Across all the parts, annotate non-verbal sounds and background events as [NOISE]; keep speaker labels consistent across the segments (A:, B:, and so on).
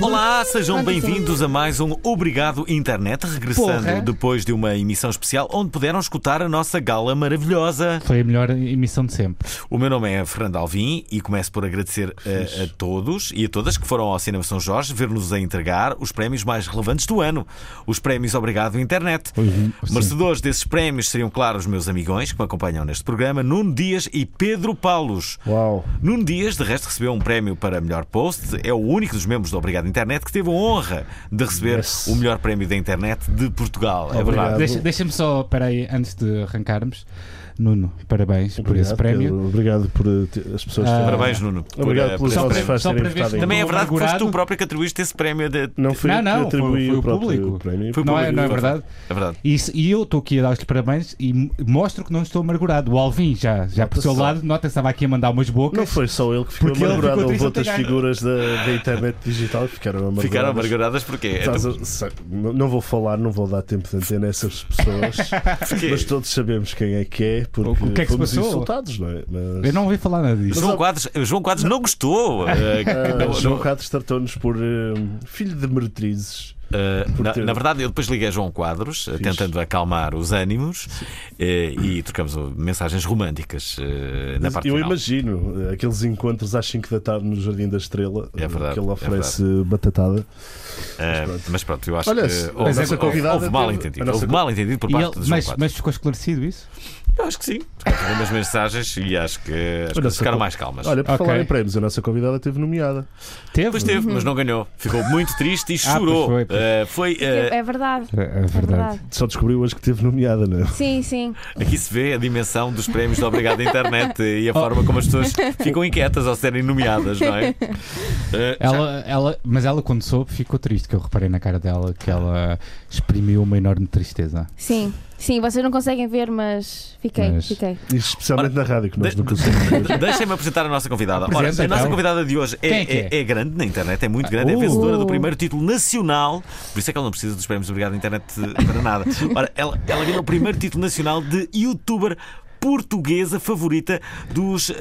A: Olá, sejam bem-vindos a mais um Obrigado Internet, regressando
B: Porra.
A: depois de uma emissão especial onde puderam escutar a nossa gala maravilhosa.
B: Foi a melhor emissão de sempre.
A: O meu nome é Fernando Alvim e começo por agradecer eh, a, a todos e a todas que foram ao Cinema São Jorge ver-nos a entregar os prémios mais relevantes do ano, os prémios Obrigado Internet.
B: Uhum, sim.
A: Merecedores desses prémios seriam, claro, os meus amigões que me acompanham neste programa, Nuno Dias e Pedro Paulos.
B: Uau.
A: Nuno Dias, de resto, recebeu um prémio para melhor post. É o único dos membros do Obrigado Internet que teve a honra de receber
C: Yes.
A: o melhor prémio da internet de Portugal. É
C: Obrigado.
A: verdade.
B: Deixa- Deixa-me só, espera aí, antes de arrancarmos. Nuno, parabéns por esse prémio.
C: Pedro. Obrigado por uh, te- as pessoas
B: Ah.
C: terem.
A: Parabéns, Nuno. por- eh,
C: Obrigado
A: por
C: pelos
A: esse
C: vossos
A: prémio.
C: fãs
B: Só
C: terem
B: para ver
C: votado em
B: se-
A: Também é
B: Bom,
A: verdade que foste
B: inaugurado.
A: tu próprio que atribuíste esse prémio. De...
C: mim. Não foi
B: Não,
C: eu que
B: não, foi-
C: atribuí
B: foi o
C: próprio
B: público.
C: prémio.
A: Foi o
B: Não é,
A: público.
B: não é verdade?
A: É verdade.
B: E, se- e eu estou aqui a dar os parabéns e m- mostro que não estou amargurado. O Alvin já, já por seu
C: só.
B: lado, nota, estava aqui a mandar umas bocas.
C: Não foi só ele que ficou
B: Porque ele
C: amargurado.
B: ficou
C: Houve
B: triste
C: outras
B: até ganhar.
C: figuras da, da internet digital que ficaram amarguradas.
A: Ficaram amarguradas porquê? É
C: Estás a- sa- Não não vou falar, não vou dar tempo de antena a essas pessoas,
A: Porquê?
C: mas todos sabemos quem é que é, porque
B: O que é que se
C: fomos
B: passou?
C: insultados, não é? Mas...
B: Eu não ouvi falar nada disso.
A: João Quadros, João Quadros não gostou. eh, que-
C: Ah,
A: não-
C: João
A: não-
C: Cates tratou-nos por hum, filho de meretrizes.
A: eh, na,
C: ter-
A: na verdade, eu depois liguei a João Quadros, eh, tentando acalmar os ânimos eh, e trocamos oh, mensagens românticas eh, na
C: Mas
A: parte
C: Eu
A: final.
C: imagino eh, aqueles encontros às 5 da tarde no Jardim da Estrela,
A: É
C: eh,
A: verdade,
C: que ele
A: é
C: oferece batatada.
A: Eh, mas pronto, eu acho
C: Olha,
A: que
C: se-
A: houve,
B: mas essa
A: houve-
C: convidada
A: houve mal
C: teve- a
A: entendido.
C: nossa
A: Houve
C: co-
A: mal entendido por
B: E
A: parte
B: ele-
A: dos
B: mas,
A: João Quadros.
B: mas ficou esclarecido isso?
A: Eu acho que sim. Trocamos umas mensagens e acho que as
C: Olha,
A: coisas
C: se-
A: ficaram mais calmas.
C: Olha, por
B: Ok.
C: falar em prémios, a nossa convidada teve nomeada.
B: Teve?
A: Pois teve, mas não ganhou. Ficou muito triste e
B: Ah,
A: chorou.
B: pois foi, pois.
A: Eh, foi, eh,
D: É verdade.
B: É, é
D: É
B: verdade.
D: verdade.
C: Só descobriu hoje que teve nomeada, não é?
D: Sim, sim.
A: Aqui se vê a dimensão dos prémios de Obrigado à Internet e a forma como as pessoas ficam inquietas ao serem nomeadas, não é? Eh,
B: Ela, ela, mas ela, quando soube, ficou triste, que eu reparei na cara dela que ela exprimiu uma enorme tristeza.
D: Sim. Sim, vocês não conseguem ver, mas fiquei,
B: Mas-
D: fiquei. [LAUGHS]
C: E especialmente na rádio, que nós É
A: de- [LAUGHS]
C: não conseguimos ver.
A: de- Deixem-me apresentar a nossa convidada. Ora,
B: Apresenta,
A: a nossa
B: então.
A: convidada de hoje é,
B: Quem é que
A: é-
B: é?
A: é grande na internet, é muito grande, é
B: Uh.
A: vencedora do primeiro título nacional, por isso é que ela não precisa dos prémios de Obrigado à Internet eh, para nada. Ora, ela, ela ganhou o primeiro título nacional de youtuber. Portuguesa favorita dos eh,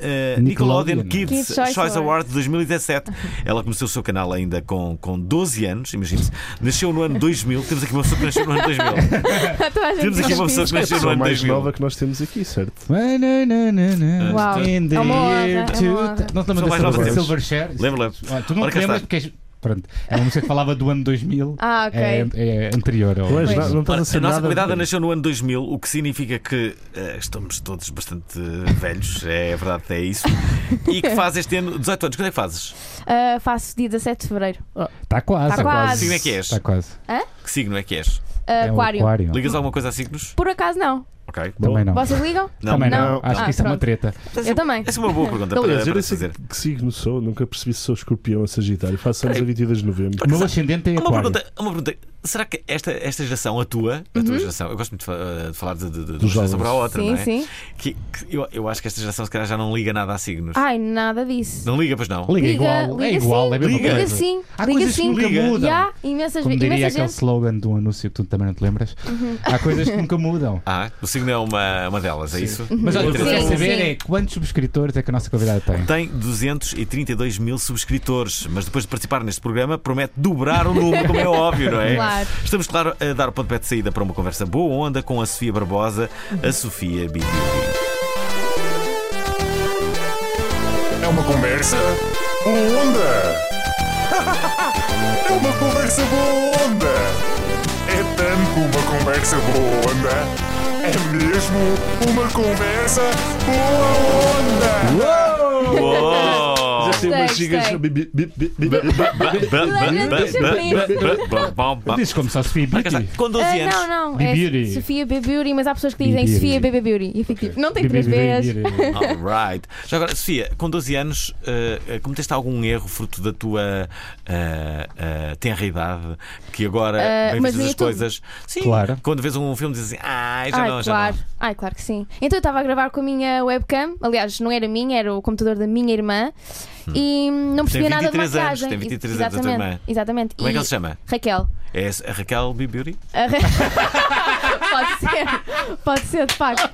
A: eh, Nickelodeon,
B: Nickelodeon.
A: Kids,
D: Kids
A: Choice,
D: Choice
A: Awards de 2017. Ela começou o seu canal ainda com, com 12 anos, imagine-se. Nasceu no ano 2000. Temos aqui uma pessoa que nasceu no ano
B: [LAUGHS]
A: 2000.
D: Toda a gente
A: Temos aqui uma
D: diz
A: pessoa
D: isso.
A: que
C: É a
A: nasceu no
C: pessoa
A: ano
C: mais
A: 2000.
C: nova que nós temos aqui, certo?
D: Uau, é uma honra, é uma
B: two-
D: honra.
B: Não te lembras
A: Sou mais
B: da
A: nova
B: música
C: que
B: Silver Share?
A: Lembro, lembro.
B: Olha, Tu não
A: Ora,
B: te
A: cá
B: lembras
A: está.
B: porque és- Pronto, é uma música que falava do ano 2000.
D: Ah, ok.
B: É, é anterior. Ao...
C: Não, és,
D: Pois.
C: nada- não estás
A: Ora,
C: a ser
A: a nossa
C: nada.
A: convidada nasceu no ano 2000, o que significa que eh, estamos todos bastante velhos, é verdade, é isso. E que faz este ano 18 anos. Quando é que fazes?
D: Ah, faço dia 17 de fevereiro. Ah,
B: Está Tá quase.
D: Está Tá
A: Que
D: quase.
A: signo é que és?
B: Está quase.
A: Que signo é que és?
D: Ah,
B: É um
D: aquário.
B: aquário.
A: Ligas alguma coisa a signos?
D: Por acaso não.
A: Ok.
B: Também não.
D: Vocês ligam?
B: Também não.
C: Não.
B: Acho
D: Ah,
B: que isso é uma
D: pronto.
B: treta.
D: Eu também.
A: Essa é uma boa pergunta para,
C: Aliás, eu
A: para
C: nem sei
A: fazer.
C: que signo sou, nunca percebi se sou escorpião ou sagitário. Faço anos a 22 de novembro.
B: O meu ascendente é
A: Uma
B: aquário.
A: pergunta, uma pergunta. Será que esta, esta geração, a tua, a tua geração, eu gosto muito de, fa- eh, de falar de, de, de uma geração
C: jovens.
A: para a outra,
D: Uhum. Sim,
A: não é?
D: sim.
A: Que, que eu, eu acho que esta geração se calhar já não liga nada a signos.
D: Ai, nada disso.
A: Não liga, pois não.
B: Liga,
D: Liga,
B: igual. é
D: liga
B: igual.
D: sim.
B: É
D: Liga sim,
A: Liga.
B: a mesma coisa. Há
D: liga
B: coisas que
D: sim.
B: nunca
A: Liga.
B: mudam.
D: E há imensas,
B: Como diria
D: imensa
B: aquele
D: gente.
B: slogan do anúncio que tu também não te lembras,
E: Uhum.
B: há coisas que nunca
C: [LAUGHS]
B: mudam.
A: Ah, o signo é uma, uma delas, é isso?
B: Mas olha, o que eu quero
D: Sim,
B: saber
D: sim.
B: é quantos subscritores é que a nossa convidada tem.
A: Tem 232 mil subscritores, mas depois de participar neste programa promete dobrar o número, como é óbvio,
E: [LAUGHS]
A: não é?
D: Claro.
A: Estamos, claro, a dar o pontapé de saída para uma conversa boa onda com a Sofia Barbosa, a Sofia Bibi.
E: [LAUGHS]
F: É uma conversa boa onda. [LAUGHS] É uma conversa boa onda. É tanto uma conversa boa onda. É mesmo uma conversa boa onda.
A: Uou!
C: tem umas
E: Gostei,
C: gigas.
E: gostei.
C: bi- bi- bi- bi- bi-
B: Diz como só Sofia
A: Olha cá está,
B: Beauty.
A: Com 12
E: Ah,
A: anos.
E: não, não.
B: Be
E: é
B: Beauty.
E: Sofia B. Beauty, mas há pessoas que dizem
B: Be
E: Sofia
B: Beauty.
E: B. Beauty. E eu fico tipo, não tem
B: Bibi,
E: três vezes.
B: bibi,
E: [LAUGHS]
B: bibi.
A: Alright. Já agora, Sofia, com 12 anos, eh, eh, cometeste algum erro fruto da tua eh, eh, tenra idade? Que agora
E: Eh,
A: bem
E: mas
A: vês
E: no
A: as
E: YouTube?
A: coisas. Sim,
B: Claro.
A: quando vês um filme dizes assim, ai, já
E: Ai,
A: não, já
E: claro.
A: não.
E: Ai, claro que sim. Então eu estava a gravar com a minha webcam, aliás, não era minha, era o computador da minha irmã,
A: Hum.
E: e não percebia nada de
A: 23 anos,
E: maquiagem.
A: tem 23 anos a tua
E: exatamente,
A: irmã.
E: Exatamente.
A: Como é
E: E-
A: que ela se chama?
E: Raquel.
A: É essa- a Raquel B. Beauty?
E: A Ra- [LAUGHS] pode ser, pode ser, de facto.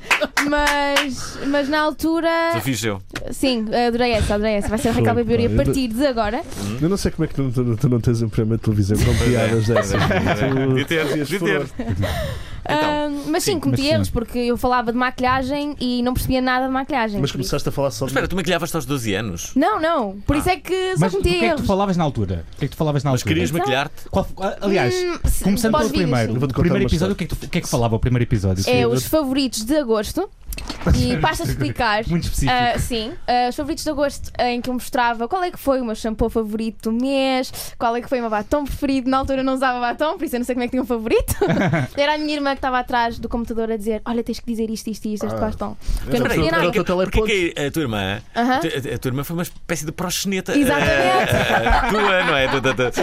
E: Mas, mas na altura.
A: Desafio seu.
E: Sim, adorei essa, adorei essa. Vai ser a Raquel B. Beauty a partir de agora.
C: Eu não sei como é que tu, tu- tu não tens um programa de televisão com piadas
A: Pois
C: dessas.
A: é, pois é.
C: Tu-
A: De ter, de ter. Então,
E: Ah, mas sim,
A: sim,
E: cometi
B: mas sim.
E: erros porque eu falava de maquilhagem e não percebia nada de maquilhagem.
C: Mas
E: por isso.
C: começaste a falar só de.
A: Espera, tu maquilhavas-te aos 12 anos?
E: Não, não.
A: Ah.
E: Por isso é que só
B: Mas o que
E: cometi
B: é que tu
E: erros.
B: falavas na altura? O que é que tu falavas na
A: Mas
B: altura?
A: querias
E: Então-
A: maquilhar-te?
B: Qual- aliás,
E: se-
B: começando
E: pós
B: pelo
E: vídeos,
B: primeiro.
E: Hum,
C: Vou-te
E: sim.
B: O
C: contar
B: primeiro
C: uma
B: episódio, o que, é que, tu- o que é que falava o primeiro episódio?
E: É os favoritos de agosto. E basta explicar.
B: Muito [LAUGHS] específico.
E: Ah, sim, Ah, os favoritos de agosto em que eu mostrava qual é que foi o meu shampoo favorito do mês, qual é que foi o meu batom preferido. Na altura eu não usava batom, por isso eu não sei como é que tinha um favorito. Era a minha irmã que estava atrás do computador a dizer: Olha, tens que dizer isto, isto e isto, este
C: Ah.
E: batom. Porque eu não
C: Era
E: percebi
C: o teu- era
E: nada.
C: o teu
A: Porquê
C: teleponto.
A: que a tua irmã
E: Aham.
A: A tua- A tua irmã foi uma espécie de proxeneta.
E: Exatamente.
A: eh, Tua, não é? Do, do, do, do, do
E: [LAUGHS]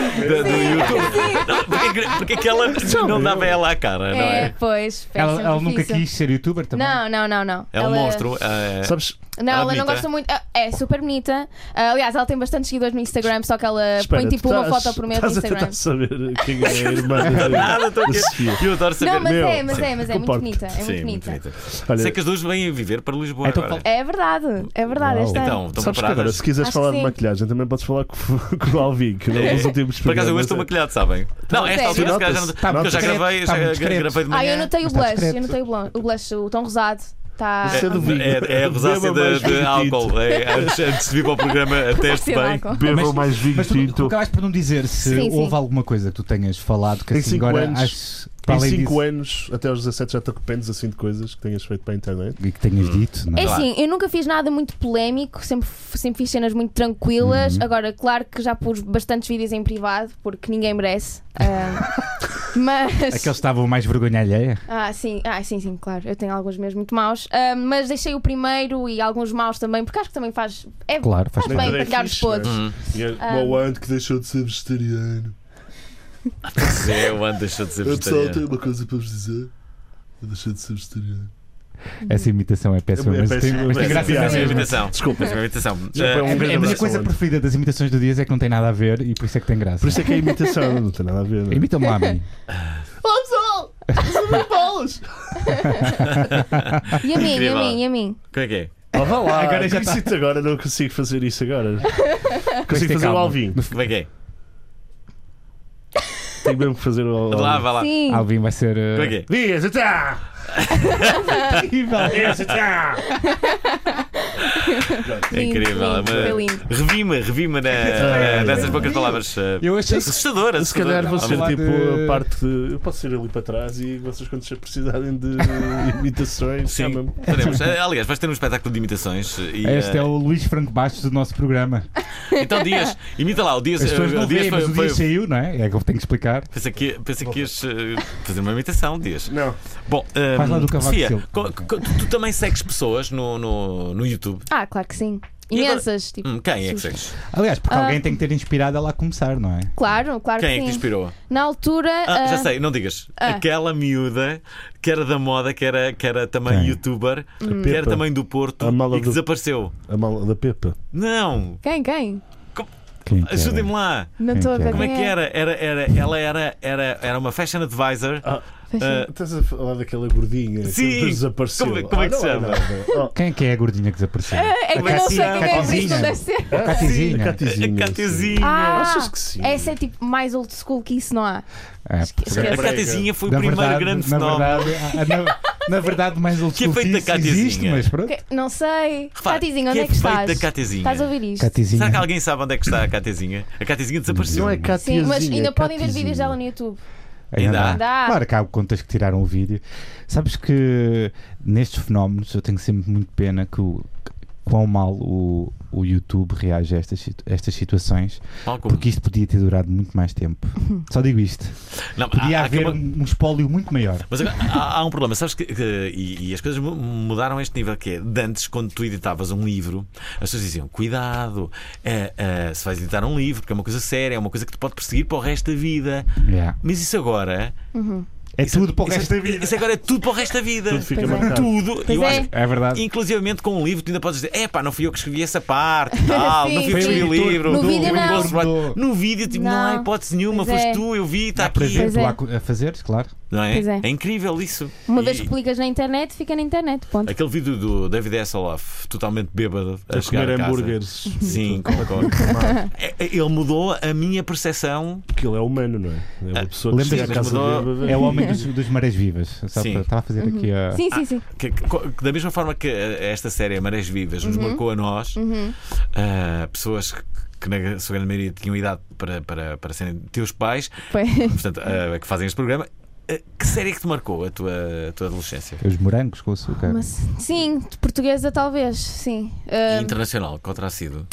A: YouTube. Não, Porque, é que- porque é que ela não dava ela à cara, não
E: É,
A: é?
E: pois,
B: Ela,
E: péssimo,
B: ela nunca
E: difícil.
B: quis ser youtuber também?
E: Não, não, não, não.
A: É um
E: Ela-
A: monstro. eh,
C: Sabes?
E: Não,
A: Ela
E: ela, não
A: bonita.
E: gosta muito. Ah, É super bonita. Ah, aliás, ela tem bastante seguidores no Instagram, só que ela
C: Espera,
E: põe tipo
C: tu
E: uma
C: estás-
E: foto por mês no
C: Estás a
E: Instagram.
C: tentar saber quem é
E: [LAUGHS]
C: a irmã da-
A: Nada, estou
C: da
A: aqui.
C: Sofia.
A: [LAUGHS] Eu adoro saber.
E: Não, mas
C: Meu,
E: é, mas
C: sim,
E: é, mas é muito
C: comporte-te.
E: bonita. É muito
A: Sim,
E: bonita.
C: Olha,
A: Sei que as duas vêm viver para Lisboa
B: Então
A: agora.
B: fala-
E: É verdade, é verdade.
C: Uau.
E: este ano.
A: Então, estão
C: Sabes que agora,
A: preparadas?
C: se quiseres
E: Acho
C: falar
E: que
C: de
E: sim.
C: maquilhagem, também podes falar com, com o Alvin, que não Tá é dos últimos
A: Por acaso eu hoje estou maquilhado,
C: programas.
A: sabem? Não, a esta
E: sério?
A: altura se calhar já não.
B: Tá
A: Porque eu já
B: discreto,
A: gravei,
B: tá
A: já
B: muito discreto.
A: gravei de
E: Ah, eu
A: manhã.
E: notei o
B: Mas está
E: blush, eu
B: discreto.
E: notei o blush, o blush, o tom rosado. tá Está.
C: Isso é do vinho.
A: É, é a rosácea
C: Beba
A: de,
C: mais
A: de
C: vinho
A: álcool. É, antes, antes de vir para o
E: [LAUGHS]
A: programa, até este bem.
C: Bebam mais vinho
B: Mas tu, tu
C: tinto.
B: acabaste por não dizer se
E: Sim, sim.
B: houve alguma coisa que tu tenhas falado que
C: Em
B: assim
C: cinco
B: agora
C: anos.
B: acho para
C: Em
B: além
C: 5
B: disso
C: anos, até aos 17, já te arrependes assim de coisas que tenhas feito para a internet?
B: e que tenhas
C: Hum.
B: dito, não
E: É
B: é?
E: assim, eu nunca fiz nada muito polémico, sempre, sempre fiz cenas muito tranquilas.
C: Uhum.
E: Agora, claro que já pus bastantes vídeos em privado, porque ninguém merece. Ah, [LAUGHS] mas.
B: Aqueles É que estavam mais vergonha alheia.
E: Ah, sim, ah, sim, sim, claro. Eu tenho alguns mesmo muito maus. Ah, mas deixei o primeiro e alguns maus também, porque acho que também faz. É
B: Claro, faz
E: Bem,
B: parte.
C: Mas é
E: partilhar os
C: fixe, não é?
E: podres.
A: Hum.
C: E é
E: Ah.
C: como o Ant que deixou de ser vegetariano.
A: Pois é, o Ando deixou de ser
C: Eu pessoal
A: vegetariano.
C: tenho uma coisa para vos dizer. Eu deixei de ser vegetariano.
B: Essa imitação é péssima,
C: É
B: mas tem,
C: péssima,
B: mas tem
C: mas
B: graça
C: é
B: imensa.
A: Péssima
C: mesmo.
A: imitação.
C: Desculpa.
A: Péssima imitação.
C: Desculpa, é um
A: Eh,
B: É, a minha
C: abraço,
B: coisa
C: Ana.
B: preferida das imitações do Dias é que não tem nada a ver e por isso é que tem graça.
C: Por isso é que é imitação, não tem nada a ver. não é?
B: Imitam-me lá a mim.
C: Olá pessoal! Sou
A: [LAUGHS]
C: bem bolas!
E: E a mim, e a
A: Incrível.
E: mim, e a mim.
A: Como é que é?
C: Ah, vá lá!
B: Agora
C: Agora
B: já
C: já
B: tá.
C: Agora não consigo fazer
B: [LAUGHS]
C: isso agora.
B: Tens de ter
C: Consigo fazer o
B: calma.
C: Alvin.
B: No-
A: Como é que é?
C: Tenho mesmo que fazer o
A: Vá lá,
C: Alvin.
A: vá lá.
E: Sim.
B: Alvin vai ser. uh,
A: Como é que é?
C: Dias, até!
B: terrível.
C: Dias, até!
A: É
E: Lindo,
A: incrível.
E: lindo,
A: é uma-
E: foi lindo.
A: Revi-me, revi-me na-
C: Ah,
A: nessas
C: é.
A: poucas palavras. eh,
B: Eu achei que
A: Assustadora,
C: Se calhar vou
A: assustadora.
C: ser
B: Vamos lá
C: tipo
B: de-
C: a parte de. Eu posso ir ali para trás e vocês, quando vocês
A: [LAUGHS]
C: precisarem de imitações,
A: Sim,
C: chamam-me.
A: faremos. Eh, Aliás, vais ter um espetáculo de imitações. E, eh,
B: Este é o Luís Franco Bastos do nosso programa.
A: Então, Dias, imita lá. O Dias,
B: As pessoas
A: eh,
B: não
A: o Dias
B: veem, mas o
A: foi. foi-
B: Dias saiu, não é? É que eu tenho que explicar.
A: Pensa que, pensa que ias eh, fazer uma imitação, Dias.
C: Não.
A: Bom, eh,
B: Faz lá do Cavaco
A: Sofia,
B: Silva.
A: co- co- tu, tu também segues pessoas no, no, no YouTube.
E: Ah, claro que sim.
A: E agora-
E: Imensas, tipo.
A: Hum, quem é que segues?
B: Aliás, porque
E: Ah.
B: alguém tem que ter inspirado ela a começar, não é?
E: Claro, claro
A: Quem é que
E: que
A: te
E: sim.
A: inspirou?
E: Na altura.
A: Ah, já
E: ah,
A: sei, não digas.
E: ah.
A: Aquela miúda que era da moda, que era, que era também
B: Quem?
A: youtuber, que era
C: Pepa.
A: também do Porto
C: A mala
A: e que
C: do-
A: desapareceu.
C: A mala da Pepa.
A: Não!
E: Quem, quem?
B: Quem quer?
A: Ajudem-me lá!
E: Não
B: Quem
E: estou a
B: que
E: ver
B: é?
A: Como é
E: quem
A: que era? era, era ela era, era, era uma fashion advisor.
C: Ah,
A: Ah,
C: Estás a falar daquela gordinha
A: Sim.
C: que desapareceu.
A: Como é- como é que
C: Ah,
A: se
C: não
A: chama?
C: nada. Oh,
B: Quem é que é a gordinha que desapareceu?
E: É que eu não sei
A: Catizinha.
E: quem é, por isso não
B: Catizinha.
E: deve ser.
B: A Catizinha.
C: Ah, a Catizinha.
A: a Catezinha.
E: Ah,
C: achas que sim?
E: Essa é tipo mais old school que isso, não há?
B: É,
A: A
E: Esquece.
A: Catezinha foi o
B: na
A: primeiro
B: verdade,
A: grande
B: na
A: fenómeno.
B: verdade, a- a- na, na verdade, mais
A: [LAUGHS]
B: old
A: Que é
B: school
A: feito da
B: isso existe,
A: Catizinha.
B: mas pronto.
E: Que- é Não sei.
A: Repara,
E: Catizinho,
A: que
E: onde
A: é
E: é que
A: feito
E: estás?
A: da Catizinha?
E: Estás a ouvir isto?
B: Catizinha.
A: Será que alguém sabe onde é que está a Catezinha? A Catezinha desapareceu.
C: Não é
E: Sim,
C: Catiazinha.
E: mas ainda
C: é
E: podem ver
C: Catiazinha.
E: vídeos dela no YouTube.
A: Ainda há.
E: Ainda há.
B: Claro que há contas que tiraram o vídeo. Sabes que nestes fenómenos eu tenho sempre muito pena que o quão mal o o YouTube reage a estas, situ- estas situações,
A: Tal como.
B: porque isto podia ter durado muito mais
E: [LAUGHS]
B: tempo. Só digo isto.
A: Não,
B: Podia
A: há- há aqui
B: haver
A: uma-
B: um espólio muito maior.
A: Mas agora, há, há um problema, sabes que, que- e, e as coisas mu- mudaram a este nível que é de antes, quando tu editavas um livro, as pessoas diziam: cuidado, eh, eh, se vais editar um livro, porque é uma coisa séria, é uma coisa que te pode perseguir para o resto da vida.
B: Yeah.
A: Mas isso agora
B: É
A: Isso-
B: tudo para o
A: isso-
B: resto da vida.
A: Isso agora é tudo para o resto da vida.
C: Tudo fica
E: Pois é.
C: marcado.
A: Tudo. E
E: Pois
A: eu acho
E: é.
A: que,
B: É verdade.
A: inclusivamente com um livro, tu ainda podes dizer: é pá, não fui eu que escrevi essa parte, tal,
E: [LAUGHS] Sim,
A: não fui eu que
E: sim.
A: escrevi o livro.
E: No vídeo
A: Foi o
E: não.
A: Ghostwriter." No vídeo, tipo, não. há
E: Não.
A: hipótese nenhuma,
E: Pois
A: foste
E: é.
A: tu, eu vi, está
B: Dá
A: aqui.
B: prazer
E: Pois é.
B: lá co- a fazer, claro.
A: Não é?
E: Pois é.
A: é incrível isso.
E: Uma
A: E-
E: vez que publicas na internet, fica na internet. Ponto.
A: Aquele vídeo do David Hasselhoff, totalmente bêbado, a,
C: A
A: chegar
C: comer
A: a casa.
C: hambúrgueres. [LAUGHS]
A: Sim, concordo. É- é- Ele mudou a minha percepção.
C: Porque ele é humano, não é? É uma
A: Ah,
C: pessoa que
B: lembras
C: chega à
A: que
C: casa
A: mudou-
C: dele.
B: É o homem dos, dos marés vivas. Só
A: Sim.
B: para- Estava a fazer aqui a.
E: Uhum.
B: Ah.
E: Sim, sim, sim.
A: Que, que- que da mesma forma que eh, esta série Marés Vivas nos marcou a nós,
E: Uhum.
A: ah, pessoas que- que na sua grande maioria tinham idade para, para, para serem teus pais,
E: Foi.
A: portanto, ah, que fazem este programa, ah, que série é que te marcou a tua, a tua adolescência?
B: Os morangos com açúcar.
E: Mas, sim, de portuguesa talvez, sim. Ah,
A: E Internacional, contra sido.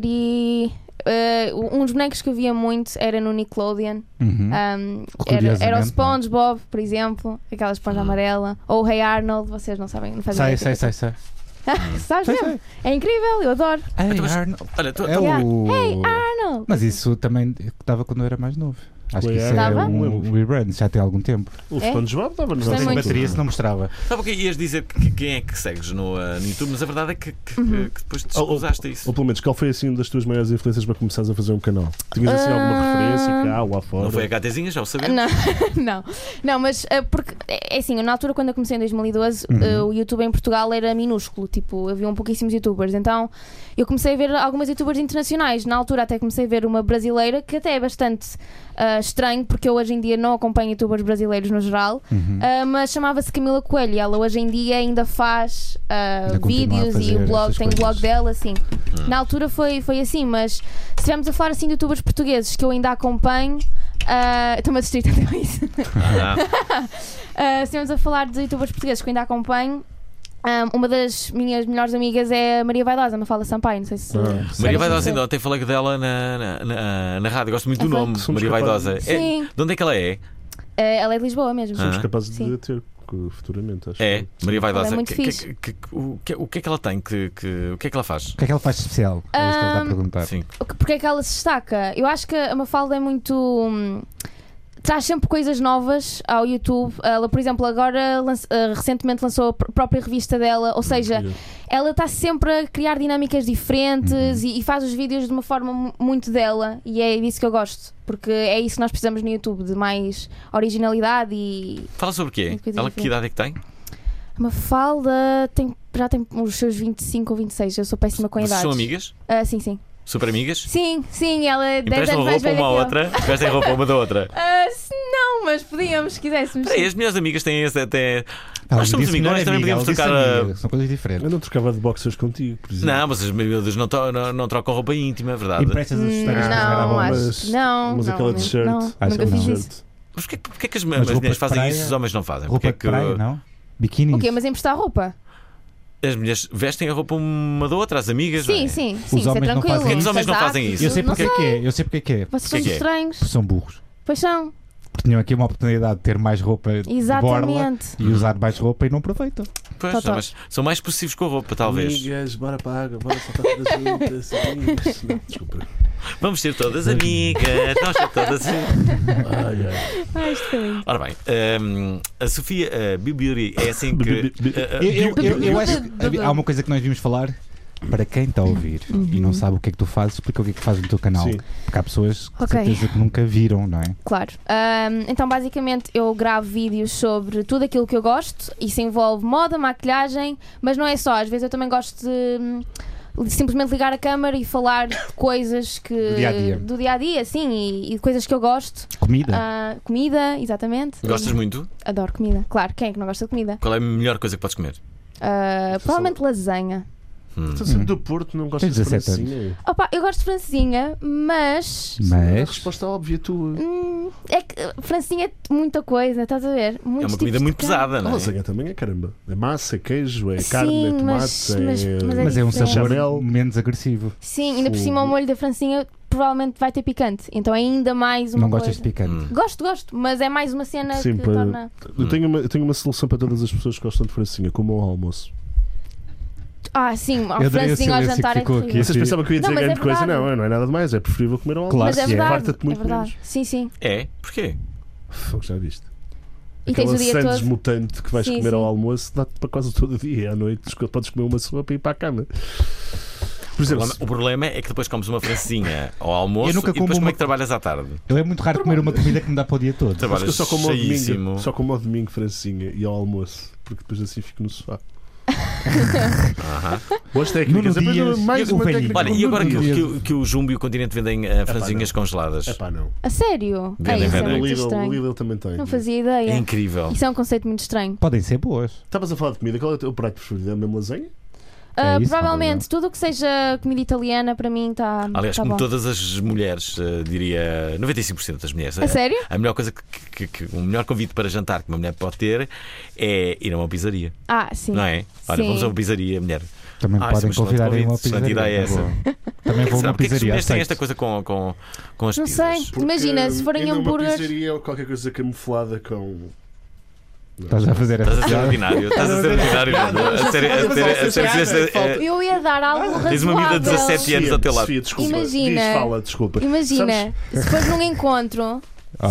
E: série. ah, um dos bonecos que eu via muito era no Nickelodeon.
B: Uhum.
E: Ah, era,
B: Curiosamente,
E: era
B: não.
E: o
B: é? Ah.
E: SpongeBob, por exemplo, aquela esponja
A: Hum.
E: amarela. Ou o Hey Arnold, vocês não sabem, não fazem
B: Sai,
E: ideia do que
B: sai,
E: é
B: sai, sai.
E: que é. [LAUGHS] Sabes
B: Sai,
E: mesmo? É incrível, eu adoro.
B: sai. Ei,
A: Então, mas-
B: Arnold.
A: Olha, tu,
B: É
E: Yeah.
B: o.
E: Hey Arnold!
B: Mas isso também estava quando eu era mais novo. Acho que
C: Foi,
B: isso é
E: Dava?
B: um um rebrand, já tem algum tempo.
C: [LAUGHS] O
E: É?
C: SpongeBob estava no
E: Gostei
C: nosso
E: muito.
B: Bateria se não mostrava.
A: sabe o que ias dizer que, que quem é que segues no, ah, no YouTube, mas a verdade é que, que- que depois te descruzaste isso.
C: Ou pelo menos, qual foi assim uma das tuas maiores influências para começares a fazer um canal? Tinhas assim alguma
E: Ah.
C: referência cá ou lá fora?
A: Não foi a Catezinha, já o sabia.
E: Não, [LAUGHS] não, não, mas ah, porque é é assim, eu, na altura quando eu comecei em 2012,
B: Uhum.
E: ah, o YouTube em Portugal era minúsculo, tipo, haviam pouquíssimos youtubers. Então eu comecei a ver algumas youtubers internacionais. Na altura até comecei a ver uma brasileira que até é bastante ah, estranho, porque eu hoje em dia não acompanho youtubers brasileiros no geral,
B: Uhum.
E: ah, mas chamava-se Camila Coelho e ela hoje em dia ainda faz ah,
B: Ainda continua a
E: vídeos e
B: fazer
E: o blog,
B: essas
E: tem o blog
B: coisas.
E: dela, assim. Na altura foi, foi assim, mas se estivermos a falar assim de youtubers portugueses que eu ainda acompanho, ah, estou-me a distrair tanto com isso.
A: Ah,
E: Ah, se estivermos a falar de youtubers portugueses que eu ainda acompanho, ah, uma das minhas melhores amigas é a Maria Vaidosa, Mafala Sampaio, não sei se.
C: Ah,
A: Maria
E: Sabes
A: Vaidosa,
E: dizer?
A: ainda ontem falei dela na, na, na, na rádio. Gosto muito do
E: Ah, foi.
A: nome,
C: Somos
A: Maria
C: capazes.
A: Vaidosa. É-
E: Sim,
A: de onde é que ela é?
E: ah, ela é de Lisboa mesmo.
A: Ah.
C: Somos capazes
E: Sim.
C: de ter co- futuramente, acho.
A: É, Maria Vaidosa.
E: Ela é
A: Que-
E: muito
A: que-
E: fixe.
A: que- que- o, que, o que é que ela tem? Que, que- o que é que ela faz?
B: O que é que ele faz de especial? É isso que ele está a
E: Ahm,
B: perguntar.
A: Sim.
E: O que- Porque é que ela se destaca? Eu acho que a Mafalda é muito. hum, Traz sempre coisas novas ao YouTube. Ela, por exemplo, agora lança- ah, recentemente lançou a pr- própria revista dela, ou seja,
C: Uhum.
E: ela está sempre a criar dinâmicas diferentes e, e faz os vídeos de uma forma mu- muito dela e é disso que eu gosto, porque é isso que nós precisamos no YouTube, de mais originalidade e
A: Fala sobre o quê?
E: Tem coisas
A: Ela que
E: diferentes.
A: idade é que tem?
E: a Mafalda tem, já tem os seus 25 ou 26, eu sou péssima com
A: Vocês
E: idades.
A: são amigas?
E: Ah, sim, sim.
A: Super amigas?
E: Sim, sim, ela é 10
A: Emprestam
E: anos mais
A: roupa
E: velha
A: uma à
E: que eu.
A: outra? Emprestam roupa uma da outra?
E: Ah, se não, mas podíamos, se quiséssemos.
A: Peraí, as melhores amigas têm esse até.
B: Ela
A: Nós somos
B: disse melhor
A: amigões, também
B: é amiga,
A: podíamos
B: ela disse
A: trocar,
B: amiga, São coisas diferentes.
C: Eu não trocava de boxers contigo, por exemplo.
A: Não, mas as miúdas não, to- não, não trocam roupa íntima, é verdade.
B: Emprestas os
E: Hum,
B: susteiros que era
E: não,
B: bom,
E: acho.
C: mas-
E: que não,
C: Mas
E: não,
C: aquela
E: não,
C: de shirt.
E: não,
B: Acho
E: nunca
B: que
E: fiz
B: não.
E: isso.
A: Mas porquê, porquê que as,
B: Mas
A: as
B: roupa
A: mulheres
B: de
A: fazem
B: praia-
A: isso e os homens não fazem? Porquê
B: Roupa
A: é
B: de
A: que
B: praia, não? Biquínis.
E: O quê? Mas emprestar roupa?
A: as mulheres vestem a roupa uma da outra, as amigas? não
E: Sim,
A: é?
E: sim, sim, isso é
B: homens não
E: tranquilo.
B: fazem
A: isso. Os homens não
E: Casacos,
A: fazem isso.
B: Eu sei
E: não
B: porque é que é, eu sei porque é que é.
E: Vocês
A: Que
E: são
A: que é?
E: estranhos.
B: Porque são burros.
E: Pois são,
B: Porque tinham aqui uma oportunidade de ter mais roupa de borla
E: exatamente.
B: e usar mais roupa e não aproveitam.
A: Pois,
E: Total.
A: mas são mais possíveis com a roupa, talvez.
C: Amigas, bora para a água, bora saltar todas juntas. amigas. Não, desculpa.
A: Vamos ser todas amigas, nós ser
E: [LAUGHS]
A: todas.
C: Ai, ai.
E: Ai, Ah, isto foi lindo.
A: Ora bem, hum, a Sofia uh, Bibiuri é assim que.
C: Bi- bi- bi-
A: eh, eh,
B: Eu, eu- eu- eu
E: Bi-
B: acho
E: bi-
B: que há uma coisa que nós vimos falar. Para quem está a ouvir
E: Uhum.
B: e não sabe o que é que tu fazes, explica o que é que fazes no teu canal.
C: Sim.
B: Porque há pessoas que de
E: Ok.
B: certeza que nunca viram, não é?
E: Claro. Ahm, então, basicamente, eu gravo vídeos sobre tudo aquilo que eu gosto. Isso envolve moda, maquilhagem, mas não é só. Às vezes eu também gosto de. hum, de Simplesmente ligar a câmara e [COUGHS] falar de coisas que.
B: Do dia-a-dia.
E: Do dia a dia, sim, e, e de coisas que eu gosto.
B: Comida.
E: Ah, comida, exatamente.
A: eh, Gostas muito?
E: Adoro comida. Claro, quem é que não gosta de comida?
A: Qual é a melhor coisa que podes comer?
E: Ah, provavelmente lasanha.
A: Hum,
C: Estou sendo Então, assim, do Porto, não gosto
B: Tens
C: de
B: 17
C: francesinha.
E: Opa, eu gosto de francinha, mas.
C: A
B: Mas.
C: resposta é óbvia tua.
E: hum, é que eh, francinha é muita coisa, estás a ver?
A: É
E: Muitos
A: uma comida
E: tipos tipo de
A: muito
E: carne.
A: pesada,
C: A
A: não é?
C: lasanha também é caramba. É massa, é queijo, é
E: Sim,
C: carne, é tomate,
E: mas-
C: é.
E: mas- mas
B: Mas é um
E: Sim.
B: sabor
C: Jamel.
B: menos agressivo.
E: Sim, ainda por cima o
C: Fogo.
E: molho da francinha provavelmente vai ter picante. Então é ainda mais uma
B: Não
E: coisa.
B: gostas de
A: Hum.
B: picante.
E: Gosto, gosto, mas é mais uma cena
C: Sim,
E: que
C: para-
E: torna.
C: Eu, tenho uma, eu tenho uma solução para todas as pessoas que gostam de francinha, como ao almoço.
E: Ah, sim, ao
B: Eu adorei o
E: francinho ao
B: silêncio que
E: jantar é
B: ficou
E: terrível.
B: aqui.
C: Vocês
B: Sim.
C: pensavam que eu ia
E: Não,
C: dizer
E: mas é
C: grande coisa?
E: verdade.
C: Não, não é nada demais. É preferível comer ao almoço.
B: Claro
E: Mas é
B: que é.
E: verdade.
C: Farta-te muito
E: é verdade. Sim, sim.
A: É? Porquê?
C: Fogo, já viste.
E: E tens
C: Aquela
E: o dia
C: sandes
E: todo.
C: mutante que vais
E: Sim,
C: comer ao
E: sim.
C: almoço dá-te para quase todo o dia. À noite esco- podes comer uma sopa e ir para a cama. Por
A: O
C: exemplo,
A: problema, o problema é que depois comes uma francinha ao almoço
B: Eu nunca
A: e depois
B: como
A: como
B: uma-
A: é que trabalhas à tarde?
B: Eu é muito raro comer uma comida que me dá para o dia todo.
C: acho que eu
A: Trabalhas
C: só como ao
A: cheíssimo.
C: domingo, só como ao domingo francinha e ao almoço, porque depois assim fico no sofá.
A: Aham.
C: [LAUGHS] Boas técnicas,
B: Nuno
C: mas
B: Dias,
C: mais
B: o
C: uma
B: velhinho.
C: técnica.
A: Olha, e agora que,
B: Meu
A: que-
B: Deus.
A: que o Jumbo e o Continente vendem eh, franzinhas congeladas?
C: Epá, não.
E: A sério? É,
A: Vendem,
E: isso é
A: vendem.
E: muito
C: O Lidl, o
E: estranho.
C: Lidl também tem.
E: Não fazia
A: É
E: ideia.
A: incrível.
E: Isso é um conceito muito estranho.
B: Podem ser boas.
C: Estavas a falar de comida, qual é o teu prato preferido? É mesmo lasanha?
E: Ah,
B: É isso,
E: provavelmente tudo o que seja comida italiana para mim está.
A: Aliás,
E: tá
A: como
E: bom.
A: todas as mulheres, eh, diria 95% das mulheres. eh,
E: A sério?
A: A melhor coisa que, que- que- o melhor convite para jantar que uma mulher pode ter é ir a uma pizzaria,
E: Ah, sim.
A: não é? Olha,
E: Sim.
A: vamos a uma pizzaria, mulher.
B: Também
A: Ah,
B: podem
A: isso é um excelente
B: convidar aí uma
A: convite, excelente
B: pizzaria.
A: ideia é
B: na
A: essa.
B: boa. Também vou a
A: Será
B: uma
A: porque é que as
B: pizzaria.
A: mulheres têm esta
B: aceito.
A: coisa com, com, com as
E: Não
A: pizzas?
E: sei. Imagina, se forem
C: ainda é
E: hambúrgueres-
C: Uma pizzaria ou qualquer coisa camuflada com. Não.
B: Estás a fazer
A: Estás a
B: essa
A: ser ordinário, estás a ser ordinário. A sério, a sério, a sério, a sério, é-
E: Eu ia dar algo razoável.
A: Tens uma vida de 17
C: Sofia,
A: anos ao teu lado.
C: Sofia, desculpa.
E: Imagina.
C: Diz, fala, desculpa.
E: Imagina, se fores num encontro,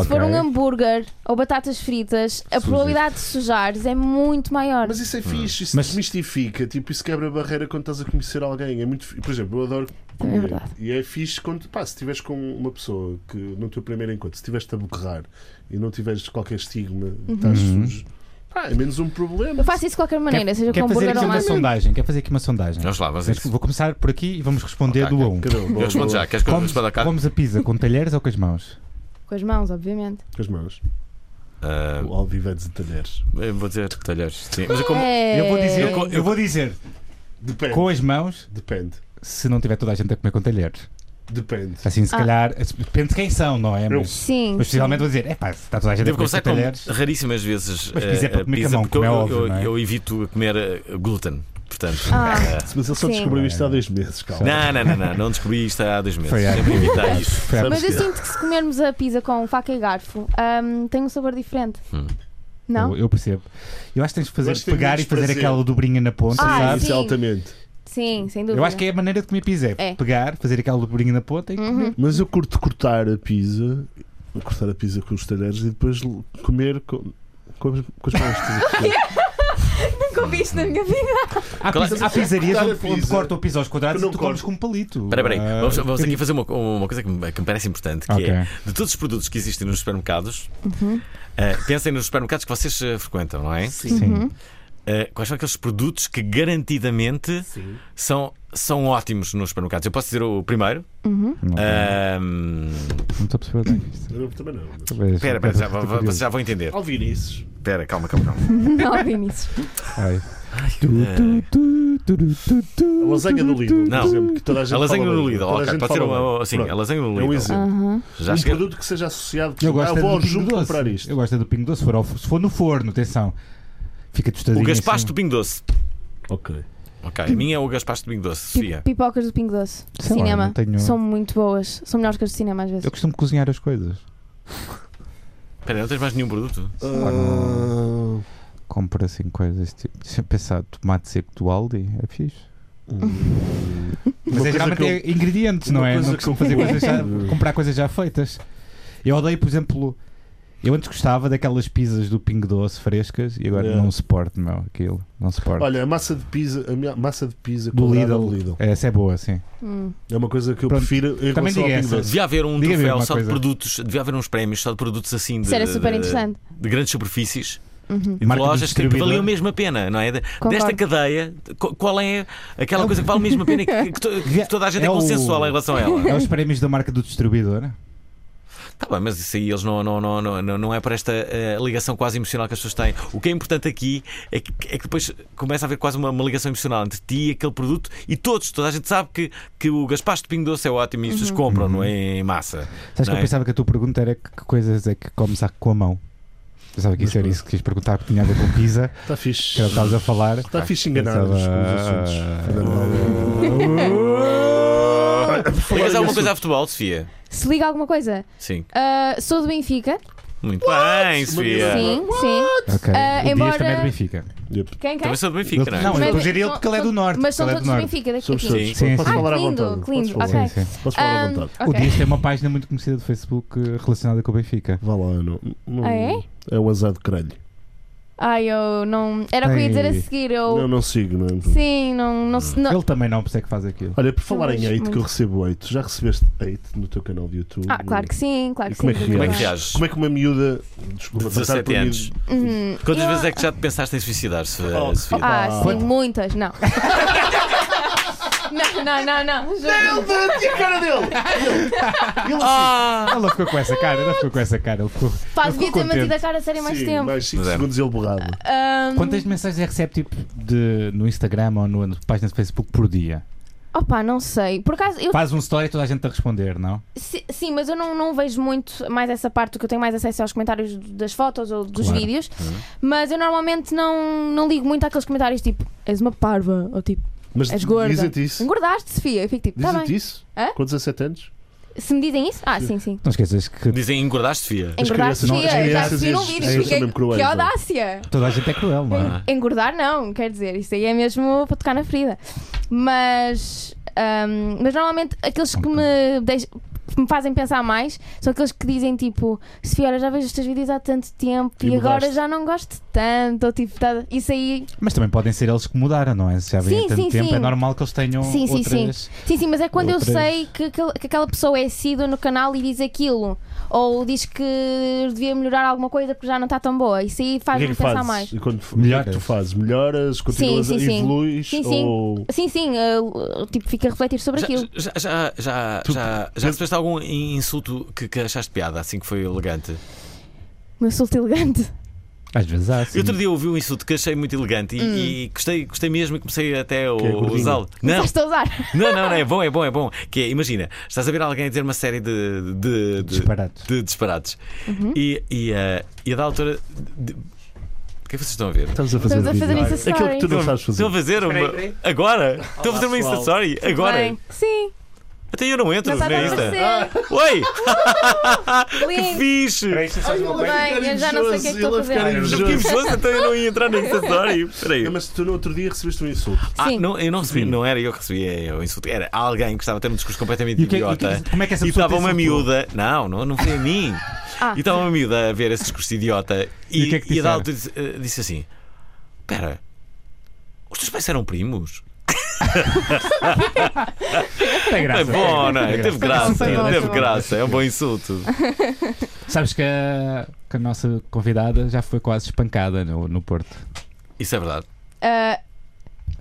E: se for um
B: Ok.
E: hambúrguer ou batatas fritas, a probabilidade de sujares é muito maior.
C: Mas isso é fixe, isso
B: Mas-
C: desmistifica. Tipo, isso quebra a barreira quando estás a conhecer alguém. É muito. fi- Por exemplo, eu adoro.
E: Também é verdade.
C: E é fixe quando. Pá, se estiveres com uma pessoa que no teu primeiro encontro, se estiveres-te a bocarrar e não tiveres qualquer estigma, estás
B: Uhum.
C: sujo. Pá, é menos um problema.
E: Eu faço isso de qualquer maneira, seja com
B: Quer fazer
E: hambúrguer
B: aqui
E: ou
B: uma
E: mais.
B: sondagem? Quer fazer aqui uma sondagem?
A: é, Vamos lá, vamos a
B: Mas
A: isso.
B: Vou começar por aqui e vamos responder
A: Ok,
B: do a
A: ok.
B: um.
C: Cada um,
A: Eu
C: boa,
A: respondo
C: boa.
A: já, queres que eu
B: Comes,
A: responda cá?
B: comes a pizza com talheres ou com as mãos?
E: Com as mãos, obviamente.
C: Com as mãos.
A: Ah,
C: O Alvivedes de talheres.
A: eu vou dizer talheres. Sim, mas eu como.
E: É...
B: Eu vou dizer, eu, vou dizer
C: Depende.
B: com as mãos
C: Depende.
B: se não tiver toda a gente a comer com talheres.
C: Depende.
B: Assim, se
E: Ah.
B: calhar, depende de quem são, não é?
C: Eu-
B: Mas,
E: Sim.
B: mas
E: sim.
B: possivelmente vou dizer, é pá, se está toda a gente
A: Devo
B: a comer
A: começar
B: com
A: com [LAUGHS]
B: talheres.
A: raríssimas vezes
B: Mas pizza é para
A: eh,
B: comer com a mão,
A: porque eu,
B: como é óbvio,
A: eu-
B: não é?
A: eu evito comer eh, glúten, portanto.
E: Ah.
A: eh,
C: Mas ele só
E: Sim.
C: descobriu isto há dois meses, calma.
A: Não, não, não, não, não descobri isto há dois meses.
B: Foi há-
A: Sempre evitar isso.
B: Foi à-
E: Mas eu
C: Sabes que-
E: sinto que se comermos a pizza com faca e garfo, hum, tem um sabor diferente.
A: Hum.
E: Não?
B: Eu, eu percebo. Eu acho que tens de fazer,
C: Mas tem
B: pegar e
C: menos
B: fazer
C: prazer.
B: aquela dobrinha na ponta,
E: Ah,
B: sabes?
C: Isso
E: Sim.
C: é altamente.
E: Sim, sem dúvida.
B: Eu acho que é a maneira de comer pizza. É.
E: É. Uhum.
B: Pegar, fazer aquela dobrinha na ponta e comer.
C: Mas eu curto cortar a pizza, cortar a pizza com os talheres e depois l- comer com, com, as, com as mãos. estás a
E: [LAUGHS]
C: perceber?
E: Nunca ouvi isto na minha vida.
B: Há,
A: Claro.
B: pizza, há pizzarias
C: Cortar a
B: onde, onde
C: pizza.
B: cortam a pizza aos quadrados
C: Que
B: e
C: não
B: tu comes
C: corto.
B: com um palito.
A: Espera, espera aí.
B: Ah,
A: Vamos, vamos aqui
B: eu-
A: fazer uma, uma coisa que me, que me parece importante, que
B: Ok.
A: é de todos os produtos que existem nos supermercados, eh, pensem nos supermercados que vocês eh, frequentam, não é?
B: Sim.
A: Eh, quais são aqueles produtos que garantidamente são, são ótimos nos supermercados? Eu posso dizer o primeiro. Ah. Ahm,
B: Não estou a perceber bem isto. é
C: Eu também não. mas-
B: Talvez-
A: Espera, espera, já,
B: estou
A: vocês
B: curioso.
A: já vão entender.
C: Alvinices.
A: Espera, calma, calma, calma.
E: [LAUGHS] Não, Vinícius.
B: Ai. Tu, tu, tu, tu, tu,
C: é. A
B: tu.
C: lasanha do Lidl,
A: Não.
C: por exemplo, que toda a gente
A: A lasanha
C: fala
A: no
C: bem.
A: Lidl,
C: Toda a
A: ok,
C: gente
A: pode ser
C: fala
A: uma,
C: bem.
A: assim,
C: Pronto.
A: a lasanha no
C: É um
A: Lidl.
C: exemplo.
A: Já
C: um
A: cheguei-
C: produto que seja associado por
B: Eu
C: exemplo,
B: gosto
C: ah,
B: é
C: vou
B: do
C: ao
B: Pingo
C: Jumbo
B: Doce.
C: comprar isto.
B: Eu gosto é do Pingo Doce. Se for, ao- se for no forno, atenção. Fica tostadinho.
A: O
B: assim. em
A: gaspacho do
B: cima.
A: Pingo Doce.
C: Ok.
A: Ok, a minha é o gaspacho do Pingo Doce, Sofia.
C: [LAUGHS]
E: Pi- Pipocas do Pingo Doce.
B: é. Sei lá,
E: cinema.
B: não tenho-
E: São muito boas. São melhores que as de cinema às vezes.
B: Eu costumo cozinhar as coisas.
A: Espera, não tens mais nenhum produto?
B: não.
C: Ah,
B: Compro assim coisas tipo. Deixa eu pensar, tomate seco do Aldi é fixe.
C: hum. Uma
B: Mas é
C: coisa
B: geralmente
C: que eu-
B: é ingredientes,
C: uma
B: não é?
C: coisa
B: Não
C: que
B: costumo
C: eu-
B: fazer coisas já, comprar coisas já feitas. Eu odeio, por exemplo, eu antes gostava daquelas pizzas do Pingo Doce frescas e agora
C: Yeah.
B: não suporto, meu, aquilo. Não suporto.
C: Olha, a massa de pizza, a minha massa de pizza
B: do
C: quadrada
B: Lidl.
C: do Lidl.
B: Essa é boa, sim.
E: Hum.
C: É uma coisa que eu
B: Pronto.
C: prefiro em
B: Também
C: relação ao
B: diga
C: Pingo
B: essa.
C: Doce.
A: Devia haver um
B: Diga-me
A: troféu
B: uma
A: só de
B: coisa.
A: produtos, devia haver uns prémios só de produtos assim de,
E: Isso era super
A: de-
E: interessante.
A: de grandes superfícies
E: Uhum.
A: e de
B: Marca do
A: lojas tipo, um que
B: distribuidor.
A: valiam mesmo a pena, não é? De- Desta
E: Concordo.
A: cadeia, co- qual é aquela coisa que vale mesmo a pena e
C: [LAUGHS]
A: que, que to- que toda a gente é,
B: É o-
A: consensual em relação a ela?
B: né? É os prémios da marca do distribuidor.
A: Tá bem, mas isso aí eles não, não, não, não, não- não é para esta eh, ligação quase emocional que as pessoas têm. O que é importante aqui é que, é que depois começa a haver quase uma, uma ligação emocional entre ti e aquele produto e todos, toda a gente sabe que, que o gaspacho de pingo doce é ótimo e as pessoas compram, não é? Em massa.
B: Sabes que
A: Não
B: eu
A: é?
B: pensava que a tua pergunta era que que coisas é que comes à- com a mão. Pensava que isso era isso que quis perguntar, que tinha a ver com pizza,
C: Está Tá fixe.
B: que era o que estavas a falar.
C: Está fixe enganar os
B: Pensava- Ah,
C: assuntos. Fernando. Por falar
A: Ligas
C: em
A: alguma
C: assunto-
A: coisa a futebol, Sofia?
E: Se liga alguma coisa,
A: Sim.
E: Ah, sou do Benfica.
A: Muito bem, Sofia.
E: Sim, sim.
B: Ok.
E: Ah,
B: o Dias
E: embora-
B: também é do Benfica.
C: Yep.
E: Quem, quem?
A: Também sou do Benfica, não é?
B: Não, eu
E: Mas-
B: estou a dizer ele porque ele é do
E: são-
B: Norte.
E: Mas são
B: ele é
E: todos do Benfica, daqui a
C: Somos
E: pouquinho.
C: todos.
B: Sim,
C: Podes
B: sim.
C: falar
E: Ah,
C: à
E: que lindo,
C: vontade.
E: que lindo.
C: Podes falar.
E: Ok. Um,
B: Sim, sim.
C: Podes falar à
E: Ahm,
C: vontade.
B: O
E: ok.
B: Dias tem uma página muito conhecida do Facebook eh, relacionada com o Benfica.
C: Vá lá, não. não-
E: Ah, é?
C: É o azar de caralho.
E: Ai, eu não. Era o que eu ia dizer a
B: Ei.
E: seguir.
C: Não,
E: Eu.
C: não sigo, não é?
E: Oh. Sim, não. não, se- não-
B: Ele também não percebe que faz aquilo.
C: Olha, por falar em
E: vejo
C: 8, que eu
E: muito.
C: recebo 8, já recebeste 8 no teu canal de YouTube?
E: Ah, claro que sim, claro
C: E
E: que
C: como é
E: sim.
C: que
A: Como é que
C: Sim.
A: reages?
C: Como é que uma miúda.
A: De
C: Desculpa,
A: 17
C: passar por
A: anos.
C: mim-
E: Uhum.
A: Quantas
E: Eu-
A: vezes é que já te pensaste em suicidar, Se-
C: Oh,
A: Sofia?
E: Ah,
C: Ah.
E: sim, muitas, não. [LAUGHS] não, não, não, não. juro.
C: E a cara dele! Ele, ele
B: Ela ficou com essa cara, ela ficou com essa cara. Ele ficou...
E: Pá,
B: Eu
E: devia
B: fico
E: ter mantido
B: contente.
E: Ah! a cara a sério mais
C: Sim,
E: tempo.
C: Mais 5
A: Mas é.
C: segundos ele borrado.
E: Ahm,
B: Quantas mensagens é que recebe tipo, de, no Instagram ou no- na página do Facebook por dia?
E: Opa, não sei. Por acaso, eu.
B: Faz um story e toda a gente a responder, não?
E: si- Sim, mas eu não, não vejo muito mais essa parte, porque eu tenho mais acesso é aos comentários das fotos ou dos
B: Claro.
E: vídeos.
C: Uhum.
E: Mas eu normalmente não, não ligo muito àqueles comentários tipo, és uma parva, ou tipo,
C: Mas
E: és gorda.
C: dizem-te isso.
E: Engordaste, Sofia. Eu fico tipo, tá
C: Dizem-te
E: bem.
C: isso?
E: Hã?
C: Com 17 anos?
E: Se me dizem isso? Ah, sim, sim.
B: Não esqueças que
A: Dizem engordaste, Sofia?
C: As
E: Engordar
C: crianças- não, as
E: Sofia, já
C: crianças
E: assisti
C: e
E: num
C: as-
E: vídeo.
C: as pessoas
E: fiquei-
C: são mesmo cruéis,
E: Que
C: não é?
E: audácia!
B: toda a gente é cruel, não é?
A: Ah.
E: Engordar não, quer dizer, isso aí é mesmo para tocar na ferida. Mas, ahm, mas normalmente aqueles que me, deix- que me fazem pensar mais são aqueles que dizem tipo, Sofia, olha, já vejo os teus vídeos há tanto tempo e,
C: E
E: agora
C: mudaste."
E: já não gosto tanto, ou tipo, tá- isso aí.
B: Mas também podem ser eles que mudaram, não é? Se já vêm
E: Sim,
B: há tanto
E: sim,
B: tempo,
E: sim.
B: é normal que eles tenham
E: Sim, sim, sim.
B: outras.
E: Sim, sim, mas é quando eu
B: Outras.
E: sei que, aquele- que aquela pessoa é assídua no canal e diz aquilo, ou diz que devia melhorar alguma coisa porque já não está tão boa. Isso aí
C: O que é
E: faz-me
C: que
E: pensar
C: fazes?
E: mais.
C: E quando f-
B: Melhoras.
C: o que é que tu fazes? Melhoras? Continuas
E: sim,
C: a
E: sim.
C: evoluir?
E: Sim, sim.
C: Ou...
E: Sim, sim, eh, tipo, fica a refletir sobre
A: Já,
E: aquilo.
A: já, já, já,
C: Tu-
A: já, já recebeste algum in- insulto que, que achaste piada, assim que foi elegante?
E: Meu insulto elegante.
B: Às vezes há. Assim.
A: Eu outro dia ouvi um insulto que achei muito elegante e,
E: Hum.
A: e gostei, gostei mesmo e comecei até a
C: Que é gordinho.
A: usá-lo. Não,
E: Estás a usar.
A: não, não, não, é bom, é bom, é bom. Que é, imagina, estás a ver alguém dizer uma série de, de, de,
B: Disparados.
A: de disparados
E: Uhum.
A: e, e, eh, e a da altura. de- O que é que vocês estão a ver?
C: Estamos a fazer
E: Estamos a
C: vídeo.
E: fazer isso a
C: Aquilo que tu não
A: Estão-
C: sabes fazer.
A: Estão a fazer uma. Agora? Estão a fazer uma Insta
C: pessoal.
A: Story? Agora?
E: Bem, Sim,
A: Até eu não entro
E: não está a
A: na Insta.
E: aparecer.
A: Oi! que
E: Lindo.
A: fixe!
E: Bem, eu já não sei o que é que estou a fazer.
A: Eu fiquei invejoso, então eu não ia entrar na Insta Story. Peraí.
C: Não, mas tu no outro dia recebeste um insulto.
A: Ah,
E: Sim.
A: não, eu não recebi, não era eu que recebi é, o insulto, era alguém que estava a ter um discurso completamente
B: E o que é- e o que é-
A: idiota.
B: como é que essa
A: E
B: pessoa
A: estava
B: te
A: uma
B: insultou?
A: miúda, não, não, não foi a mim.
E: [LAUGHS] Ah.
A: E estava uma miúda a ver esse discurso idiota
B: E
A: e,
B: o que é que
A: e a da
B: disseram?
A: altura disse, eh, disse assim: Espera, os teus pais eram primos?
B: Tem graça.
A: é bom, não é?
B: Tem
A: Teve
E: graça.
A: graça,
E: Foi bom,
A: teve
E: foi bom.
A: graça, é um bom insulto.
B: Sabes que a, que a nossa convidada já foi quase espancada no, no Porto.
A: Isso é verdade.
E: Ah,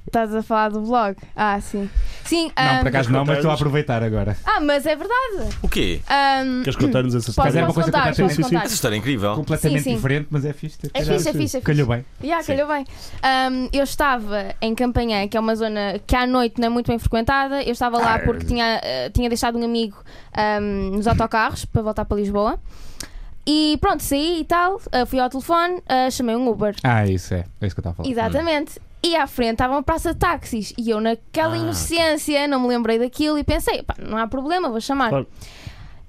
E: Estás a falar do vlog? Ah, sim. Sim,
B: não,
E: ah,
B: por acaso
C: Mas
B: não, mas estou a
C: contares?
B: aproveitar agora.
E: ah, mas é verdade.
A: O quê?
E: Ah,
C: Queres contar-nos essa
E: posso,
B: Mas é
C: história?
B: uma
E: posso
B: coisa
E: contar,
B: completamente-
E: posso contar.
A: Essa história é incrível.
B: Completamente
E: sim.
B: diferente, mas é fixe. ter
E: É
B: tirado.
E: fixe, é fixe, é fixe.
B: Calhou bem.
E: Yeah, calhou bem. Um, eu estava em Campanhã, que é uma zona que à noite não é muito bem frequentada. Eu estava lá porque tinha, eh, tinha deixado um amigo um, nos autocarros para voltar para Lisboa. E pronto, saí e tal. eh, fui ao telefone, eh, chamei um Uber.
B: Ah, isso é. É isso que eu estava a falar.
E: Exatamente. E à frente estava uma praça de táxis. E eu, naquela
A: Ah,
E: inocência, não me lembrei daquilo e pensei: pá, não há problema, vou chamar.
C: Claro.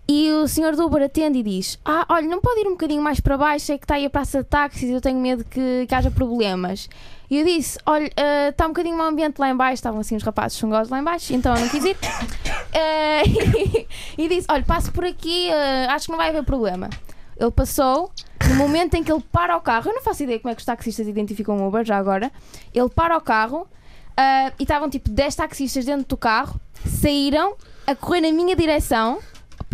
E: E o senhor do Uber atende e diz: Ah, olha, não pode ir um bocadinho mais para baixo, é que está aí a praça de táxis eu tenho medo que, que haja problemas. E eu disse: Olha, ah, está um bocadinho mau ambiente lá em baixo, estavam assim os rapazes chungosos lá em baixo, então eu não quis ir. Ah, [LAUGHS] e, disse: Olha, passo por aqui, ah, acho que não vai haver problema. Ele passou, no momento em que ele para o carro, eu não faço ideia como é que os taxistas identificam o Uber já agora. Ele para o carro ah, e estavam tipo 10 taxistas dentro do carro, saíram a correr na minha direção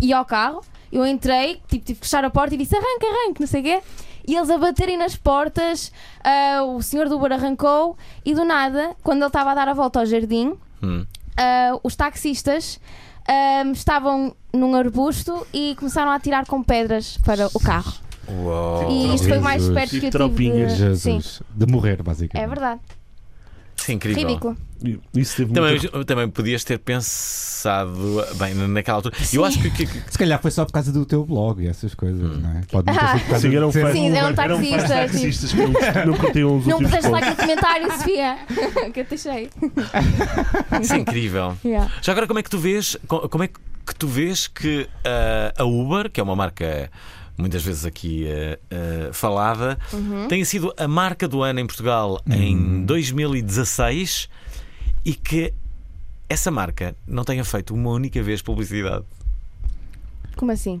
E: e ao carro. Eu entrei, tipo, tive que fechar a porta e disse arranca, arranca, não sei o quê. E eles a baterem nas portas, ah, o senhor do Uber arrancou e do nada, quando ele estava a dar a volta ao jardim,
A: Hum.
E: ah, os eh, taxistas ahm, estavam num arbusto e começaram a atirar com pedras para o carro.
A: Uau.
E: E isto foi o mais
B: Jesus.
E: perto que eu tive.
C: Tropinhas,
E: de- Sim,
B: Jesus. De morrer, basicamente.
E: é verdade.
A: Isso é incrível.
E: Ridículo.
C: Isso teve
A: Também,
C: muito...
A: também podias ter pensado bem naquela altura. Eu acho que, que- que- é
B: Se calhar foi só por causa do teu blog e essas coisas,
A: Hum.
B: não é? Pode
A: [LAUGHS]
E: Ah.
B: ter sido por causa
C: Sim, eram
B: de ser-
C: fãs-
E: Sim, era um
C: eram fãs
E: taxista, sim.
C: taxistas que não- não curtiam os
E: Não
C: últimos
E: puseste
C: postos.
E: like no comentário, Sofia. [LAUGHS] que eu
A: [LAUGHS]
E: te achei.
A: isso é incrível.
E: Yeah.
A: Já agora, como é que tu vês, co- como é que tu vês que ah, a Uber, que é uma marca muitas vezes aqui ah, ah, falada,
E: Uhum.
A: tem sido a marca do ano em Portugal
B: Uhum.
A: em 2016 e que essa marca não tenha feito uma única vez publicidade.
E: Como assim?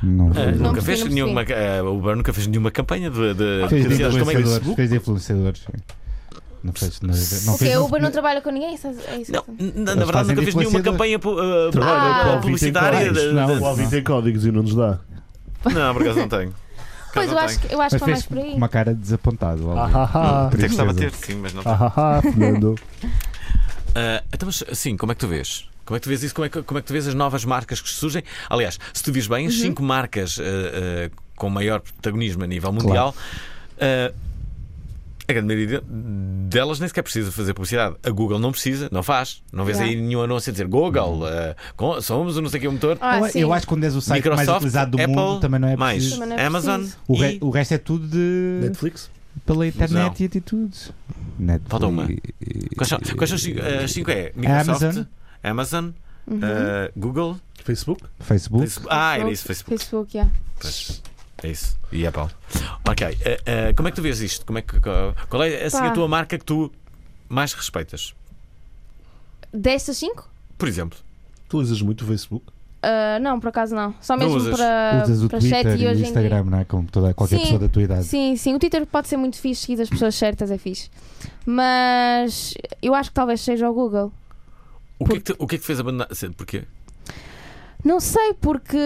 B: Não,
A: Ah,
B: fez.
E: Não
A: nunca
E: percebi,
A: fez
E: não
A: nenhuma, ah, a Uber nunca fez nenhuma campanha de, de
B: Fez de
A: publicidade. Como é que-
B: influenciadores. Fez de influenciadores. sim. Não fez nada. Não
E: Porque
B: fez um-
E: a Uber não trabalha com ninguém? isso- É isso que
A: Não,
E: eu sei.
A: na, na
B: Eles
A: verdade
B: fazem
A: nunca
B: de
A: fez nenhuma
B: influenciador.
A: campanha pu- ah,
C: Trabalha
E: Ah.
C: com o Alvin tem
A: publicitária.
C: códigos.
A: de-
B: Não.
A: de-
C: O Alvin tem códigos e não nos dá.
A: Não, por acaso não tenho.
E: Pois eu acho que, eu acho
B: mas
E: que é mais
B: fez
E: por aí.
B: com uma cara de desapontado.
C: Ah,
B: alguém.
C: ah, ah.
A: Até gostava de ter,
B: Tristeza.
A: sim, mas não
C: Ah, ah, ah, Fernando.
A: Ah, então, mas assim, como é que tu vês? Como é que tu vês isso? Como é que, como é que tu vês as novas marcas que surgem? Aliás, se tu vês
B: Uhum.
A: bem, as cinco marcas ah, ah, com maior protagonismo a nível mundial. ah, a grande maioria delas nem sequer precisa fazer publicidade. A Google não precisa, não faz. Não vês
E: Yeah.
A: aí nenhum anúncio a dizer Google, ah, com- somos o não sei que motor.
E: Ah,
B: eu,
E: sim.
B: Então, eu acho que quando és o site mais
A: Microsoft,
B: utilizado do
A: Apple,
B: mundo também não é
A: mais
B: preciso.
E: Também não é
A: Amazon.
E: preciso.
B: O, re-
A: e-
B: o resto é tudo de
C: [LAUGHS] Netflix?
B: pela internet
A: Não.
B: e atitudes. Netflix,
A: Falta uma.
B: e-
A: Quais são, quais são as cinco? As cinco é Microsoft,
B: Amazon. Uhum.
A: Amazon, ah, Google,
C: Facebook?
B: Facebook.
A: Facebook. Ah, era isso, Facebook.
E: Facebook, yeah.
A: Pois, é isso. E é Paulo. Ok. eh, eh, como é que tu vês isto? Como é que, qual é assim,
E: Pá.
A: a tua marca que tu mais respeitas?
E: Destas 5?
A: Por exemplo.
C: Utilizas muito o Facebook?
E: Ah, não, por acaso não. Só
A: Não
E: mesmo
A: usas.
E: para,
B: Usas o
E: Ah, para chat
B: Twitter
E: e
B: e
E: hoje
B: o
E: em dia.
B: Instagram, não é? Como toda, qualquer
E: Sim.
B: pessoa da tua idade.
E: Sim, sim, o Twitter pode ser muito fixe e das pessoas certas é fixe. Mas eu acho que talvez seja o Google.
A: O que, é que te, o que é que te fez abandonar? se- Porquê?
E: Não sei porque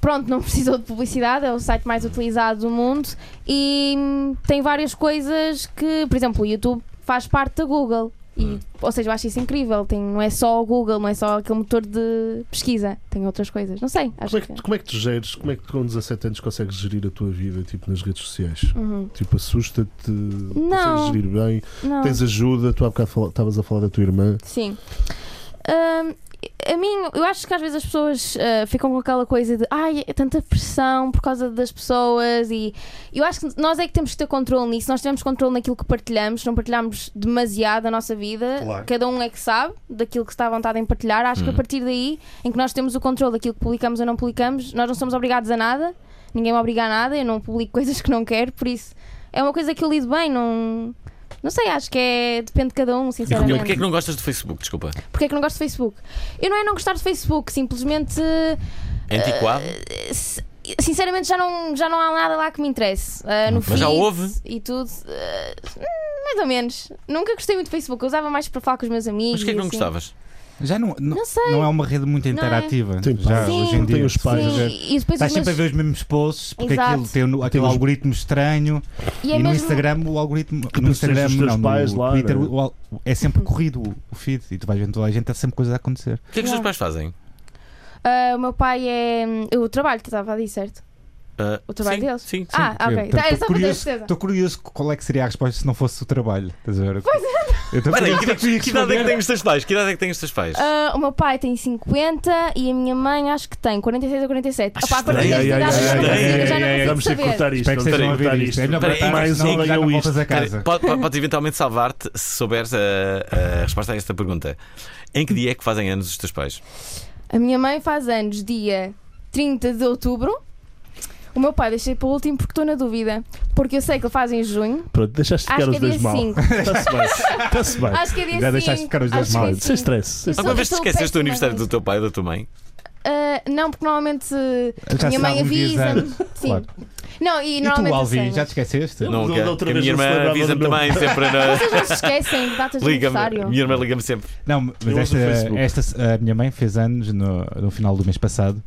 E: pronto, não [LAUGHS] precisou de publicidade, é o site mais utilizado do mundo e hum, tem várias coisas que, por exemplo, o YouTube faz parte da Google. E,
A: Hum.
E: Ou seja, eu acho isso incrível. Tem, não é só o Google, não é só aquele motor de pesquisa, tem outras coisas. Não sei, acho
C: Como é, que,
E: que.
C: como é que tu geres? Como é que tu com 17 anos consegues gerir a tua vida tipo, nas redes sociais?
E: Uhum.
C: Tipo, assusta-te? Consegues gerir bem?
E: Não.
C: Tens ajuda? Tu há bocado fala- estavas a falar da tua irmã.
E: Sim. Hum, a mim, eu acho que às vezes as pessoas ah, ficam com aquela coisa de ai, é tanta pressão por causa das pessoas e eu acho que nós é que temos que ter controle nisso, nós temos controle naquilo que partilhamos, não partilhamos demasiado a nossa vida, cada um é que sabe daquilo que está à vontade em partilhar, acho que
A: Uhum.
E: a partir daí, em que nós temos o controle daquilo que publicamos ou não publicamos, nós não somos obrigados a nada, ninguém me obriga a nada, eu não publico [LAUGHS] coisas que não quero, por isso é uma coisa que eu lido bem, não... Não sei, acho que é. Depende de cada um,
A: E
E: sinceramente.
A: porquê, porquê é que não gostas do Facebook? Desculpa.
E: Porque é que não gosto de Facebook? Eu não é não gostar de Facebook, simplesmente.
A: É antiquado?
E: eh, se- Sinceramente, já não, já não há nada lá que me interesse. Ah, no
A: Hum, Mas já
E: feed
A: houve?
E: E tudo. eh, hum, mais ou menos. Nunca gostei muito de Facebook. Eu usava mais para falar com os meus amigos.
A: Mas porquê é que não
E: e assim.
A: gostavas?
B: Já não, não,
E: Não sei.
B: não é uma rede muito
E: Não é?
B: interativa.
C: Tem
B: já
C: pais.
B: hoje em
E: Sim,
B: dia.
C: tem os pais.
B: Estás a
E: Sim,
B: ver?
E: e depois
B: Estás
E: os
B: sempre a
E: meus...
B: ver os mesmos posts, porque
E: Exato.
B: aquilo tem o- aquele
C: Tem os-
B: algoritmo estranho.
E: e
B: E,
E: é
B: no
E: mesmo...
B: Instagram, o algoritmo. No
C: depois tens
B: Instagram,
C: os teus
B: não,
C: pais
B: no
C: lá,
B: Twitter,
C: né?
B: o al- é sempre
E: Uhum.
B: corrido o- o feed. E tu vais vendo toda a gente, há sempre coisas a acontecer.
A: O que é que os teus
E: Claro.
A: pais fazem?
E: Ah, o meu pai é. Eu trabalho que estava a dizer, certo?
A: Ah,
E: O trabalho
A: sim,
E: deles?
A: Sim.
E: ah,
B: Eu tô-
E: ok. Tá,
B: tô
E: era só para ter
B: curioso,
E: certeza.
B: Estou curioso qual é que seria a resposta se não fosse o trabalho. Estás a ver?
E: é.
B: Eu tô
A: Peraí,
B: curioso
A: que,
B: para
A: que idade é que
B: responder.
A: têm os teus pais? Que idade é que têm os teus pais?
E: Ah, o meu pai tem 50 e a minha mãe acho que tem 46 ou 47. Opa, a partir
A: estranho.
E: desta
A: Ai, ai,
E: idade eu já não
A: ai,
E: consigo- eu já não
A: ai, ai,
E: consigo
C: Vamos ter que
E: saber.
C: cortar isto.
B: Espero que
C: vamos
B: estejam
C: ter
B: a
C: que
B: ouvir
C: cortar
B: isto. É melhor
A: Peraí,
B: matar,
A: mais
B: senão
C: alguém
B: já não
C: ou
B: voltas
C: isto?
B: a casa.
A: Pode- pode- Podes eventualmente salvar-te se souberes a, a resposta a esta pergunta. Em que dia é que fazem anos os teus pais?
E: A minha mãe faz anos dia 30 de outubro. O meu pai deixei para o último porque estou na dúvida. Porque eu sei que ele faz em junho.
C: Pronto, deixaste
E: Acho
C: ficar
E: que
C: os
E: é dia
C: dois mal.
E: 5.
C: Está-se bem. Está-se bem.
E: Acho que é dia 5.
B: Já deixaste ficar os dois mal.
C: Sem stress.
E: Isso-
A: Alguma vez te
E: sou
A: esqueceste do
E: péssima
A: aniversário
E: nisso.
A: do teu pai ou da tua mãe?
E: não, porque normalmente eh,
B: Já
E: minha mãe
B: sabe uns dias
E: avisa-me.
B: antes.
E: Sim.
B: Claro.
E: Não, e,
B: E
E: normalmente. é assim.
B: tu,
E: eu
B: Alvi,
E: sei,
B: já te
E: mas-
B: esqueceste?
A: Não,
C: da
A: que,
C: outra
A: que a
C: vez
A: minha
C: não se
A: irmã
C: lembrava
A: avisa-me
C: do
A: também sempre na.
E: Vocês não se esquecem de datas de
A: Liga-me,
E: aniversário.
A: minha irmã liga-me sempre.
B: Não, mas
C: Eu uso o
B: esta,
C: Facebook.
B: esta- eh, a minha mãe fez anos no, no final do mês passado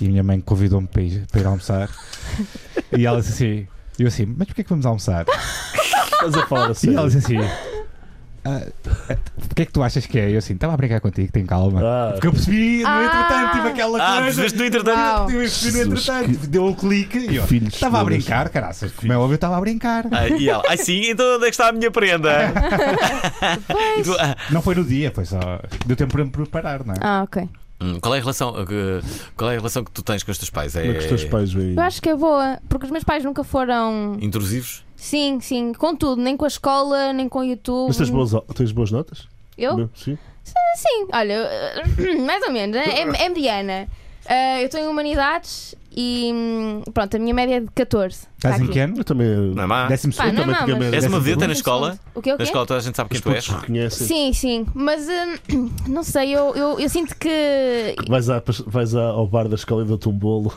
B: e a minha mãe convidou-me para ir, para ir
C: [LAUGHS]
B: almoçar e ela disse assim, eu assim, mas porquê é que vamos almoçar?
C: Estás a falar a
B: E
C: sério.
B: ela disse assim, "Ah, o que é que tu achas que é? E eu assim, estava a brincar contigo, tem calma.
C: Ah,
B: Porque eu percebi no
E: Ah.
B: entretanto, tive aquela
A: Ah,
B: coisa.
A: percebeste no entretanto?
E: Uau.
B: Eu percebi no
C: Jesus,
B: entretanto, deu um clique e eu
C: filhos
B: estava a
C: todos.
B: brincar, caraças, como é óbvio, eu estava a brincar.
A: Ah, e ela, ai sim, então onde é que está a minha prenda? E tu, ah,
B: Não foi no dia, foi só. Deu tempo para me preparar, não é?
E: Ah, ok.
A: hum, qual, é a relação, ah, que- qual é a relação que tu tens com os teus pais?
C: Como é que os teus pais veem?
E: Eu acho que é boa, porque os meus pais nunca foram.
A: Intrusivos?
E: Sim, sim, com tudo, nem com a escola, nem com o YouTube.
C: Mas tens boas, tens boas notas?
E: Eu?
C: Não? Sim.
E: Sim, olha, eh, [CLEARS THROAT] mais ou menos, é, é- é mediana. Ah, eu estou em humanidades e hum, pronto, a minha média é de 14. Está
B: Estás em
E: aqui.
B: que ano?
C: Eu também. eh,
A: Não é má?
B: Décimo
E: Pá,
B: segundo?
E: não é
C: também
E: má,
C: tinha
E: mas-
C: média.
A: És uma vedeta na
E: Mas
A: escola?
E: pronto. O que é o
A: Na
E: quê?
A: escola toda a gente sabe quem
C: Os
A: tu és.
C: putos reconhecem.
E: Sim, sim, mas hum, [CLEARS THROAT] não sei, eu, eu, eu
B: [LAUGHS]
E: sinto que.
C: Vais, à, vais à- ao bar da escola e dou-te um
E: [LAUGHS]
C: bolo.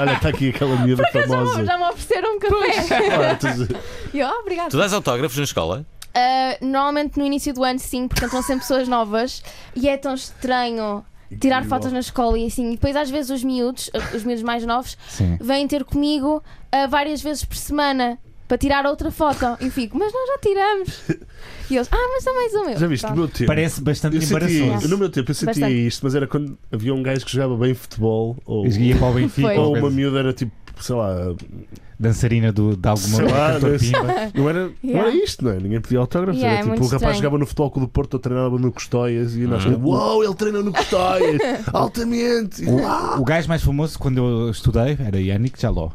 C: Olha, está aqui aquela miúda
E: Já me,
C: famosa.
E: já me ofereceram um café.
C: Olha, tu-
E: [LAUGHS] E eu, "Ah, obrigada.
A: Tu dás autógrafos na escola?
E: Uh, normalmente no início do ano, sim, porque entram sempre pessoas novas e é tão estranho. Tirar
C: Incrível.
E: fotos na escola e assim, e depois às vezes os miúdos, uh, os miúdos mais novos,
B: Sim.
E: vêm ter comigo uh, várias vezes por semana para tirar outra foto. E eu fico, mas nós já tiramos. E eles, ah, mas há mais um eu.
C: Já viste? No
E: Pronto.
C: meu tempo.
B: Parece bastante
C: Eu
B: embaraçoso.
C: sentia, no meu tempo eu sentia
E: Bastante.
C: isto, mas era quando havia um gajo que jogava bem futebol ou,
A: [LAUGHS]
B: Ia para o Benfica,
E: Foi.
B: ou
C: ou uma
B: coisa,
C: miúda era tipo, sei lá,
B: dançarina do, de alguma
C: Sei lá,
B: cantor
C: não sei.
B: pimba.
C: não era, não
E: Yeah.
C: era isto, não é? Ninguém pedia autógrafos.
E: Yeah, é
C: era tipo,
E: muito
C: o rapaz
E: estranho.
C: jogava no futebol com o do Porto, ou treinava no Costóias e
B: Ah.
C: nós,
A: Uhum.
C: uau, ele treina no
E: [LAUGHS]
C: Costóias, altamente.
B: O gajo mais famoso quando eu estudei era Yannick Jaló,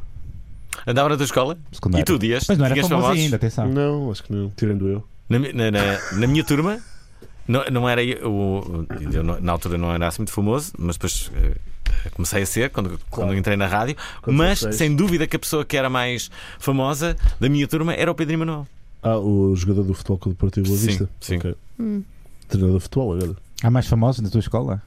A: Andava na tua escola?
B: secundário.
A: E tu dias?
B: Mas não era
A: Tinhas
B: famoso
A: famosos?
B: ainda, atenção.
C: Não, acho que não, tirando eu.
A: Na, mi- na, na- na minha turma, não, não era eu, o- eu não- na altura não era assim muito famoso, mas depois eh, comecei a ser quando, quando entrei na rádio.
C: Com
A: mas
C: 16.
A: sem dúvida que a pessoa que era mais famosa da minha turma era o Pedro Emanuel.
C: Ah, o jogador do futebol com o Porto e Boa
A: Sim,
C: Vista.
A: sim.
C: Ok.
E: Hum.
C: Treinador de futebol agora.
B: Há mais famosos na tua escola?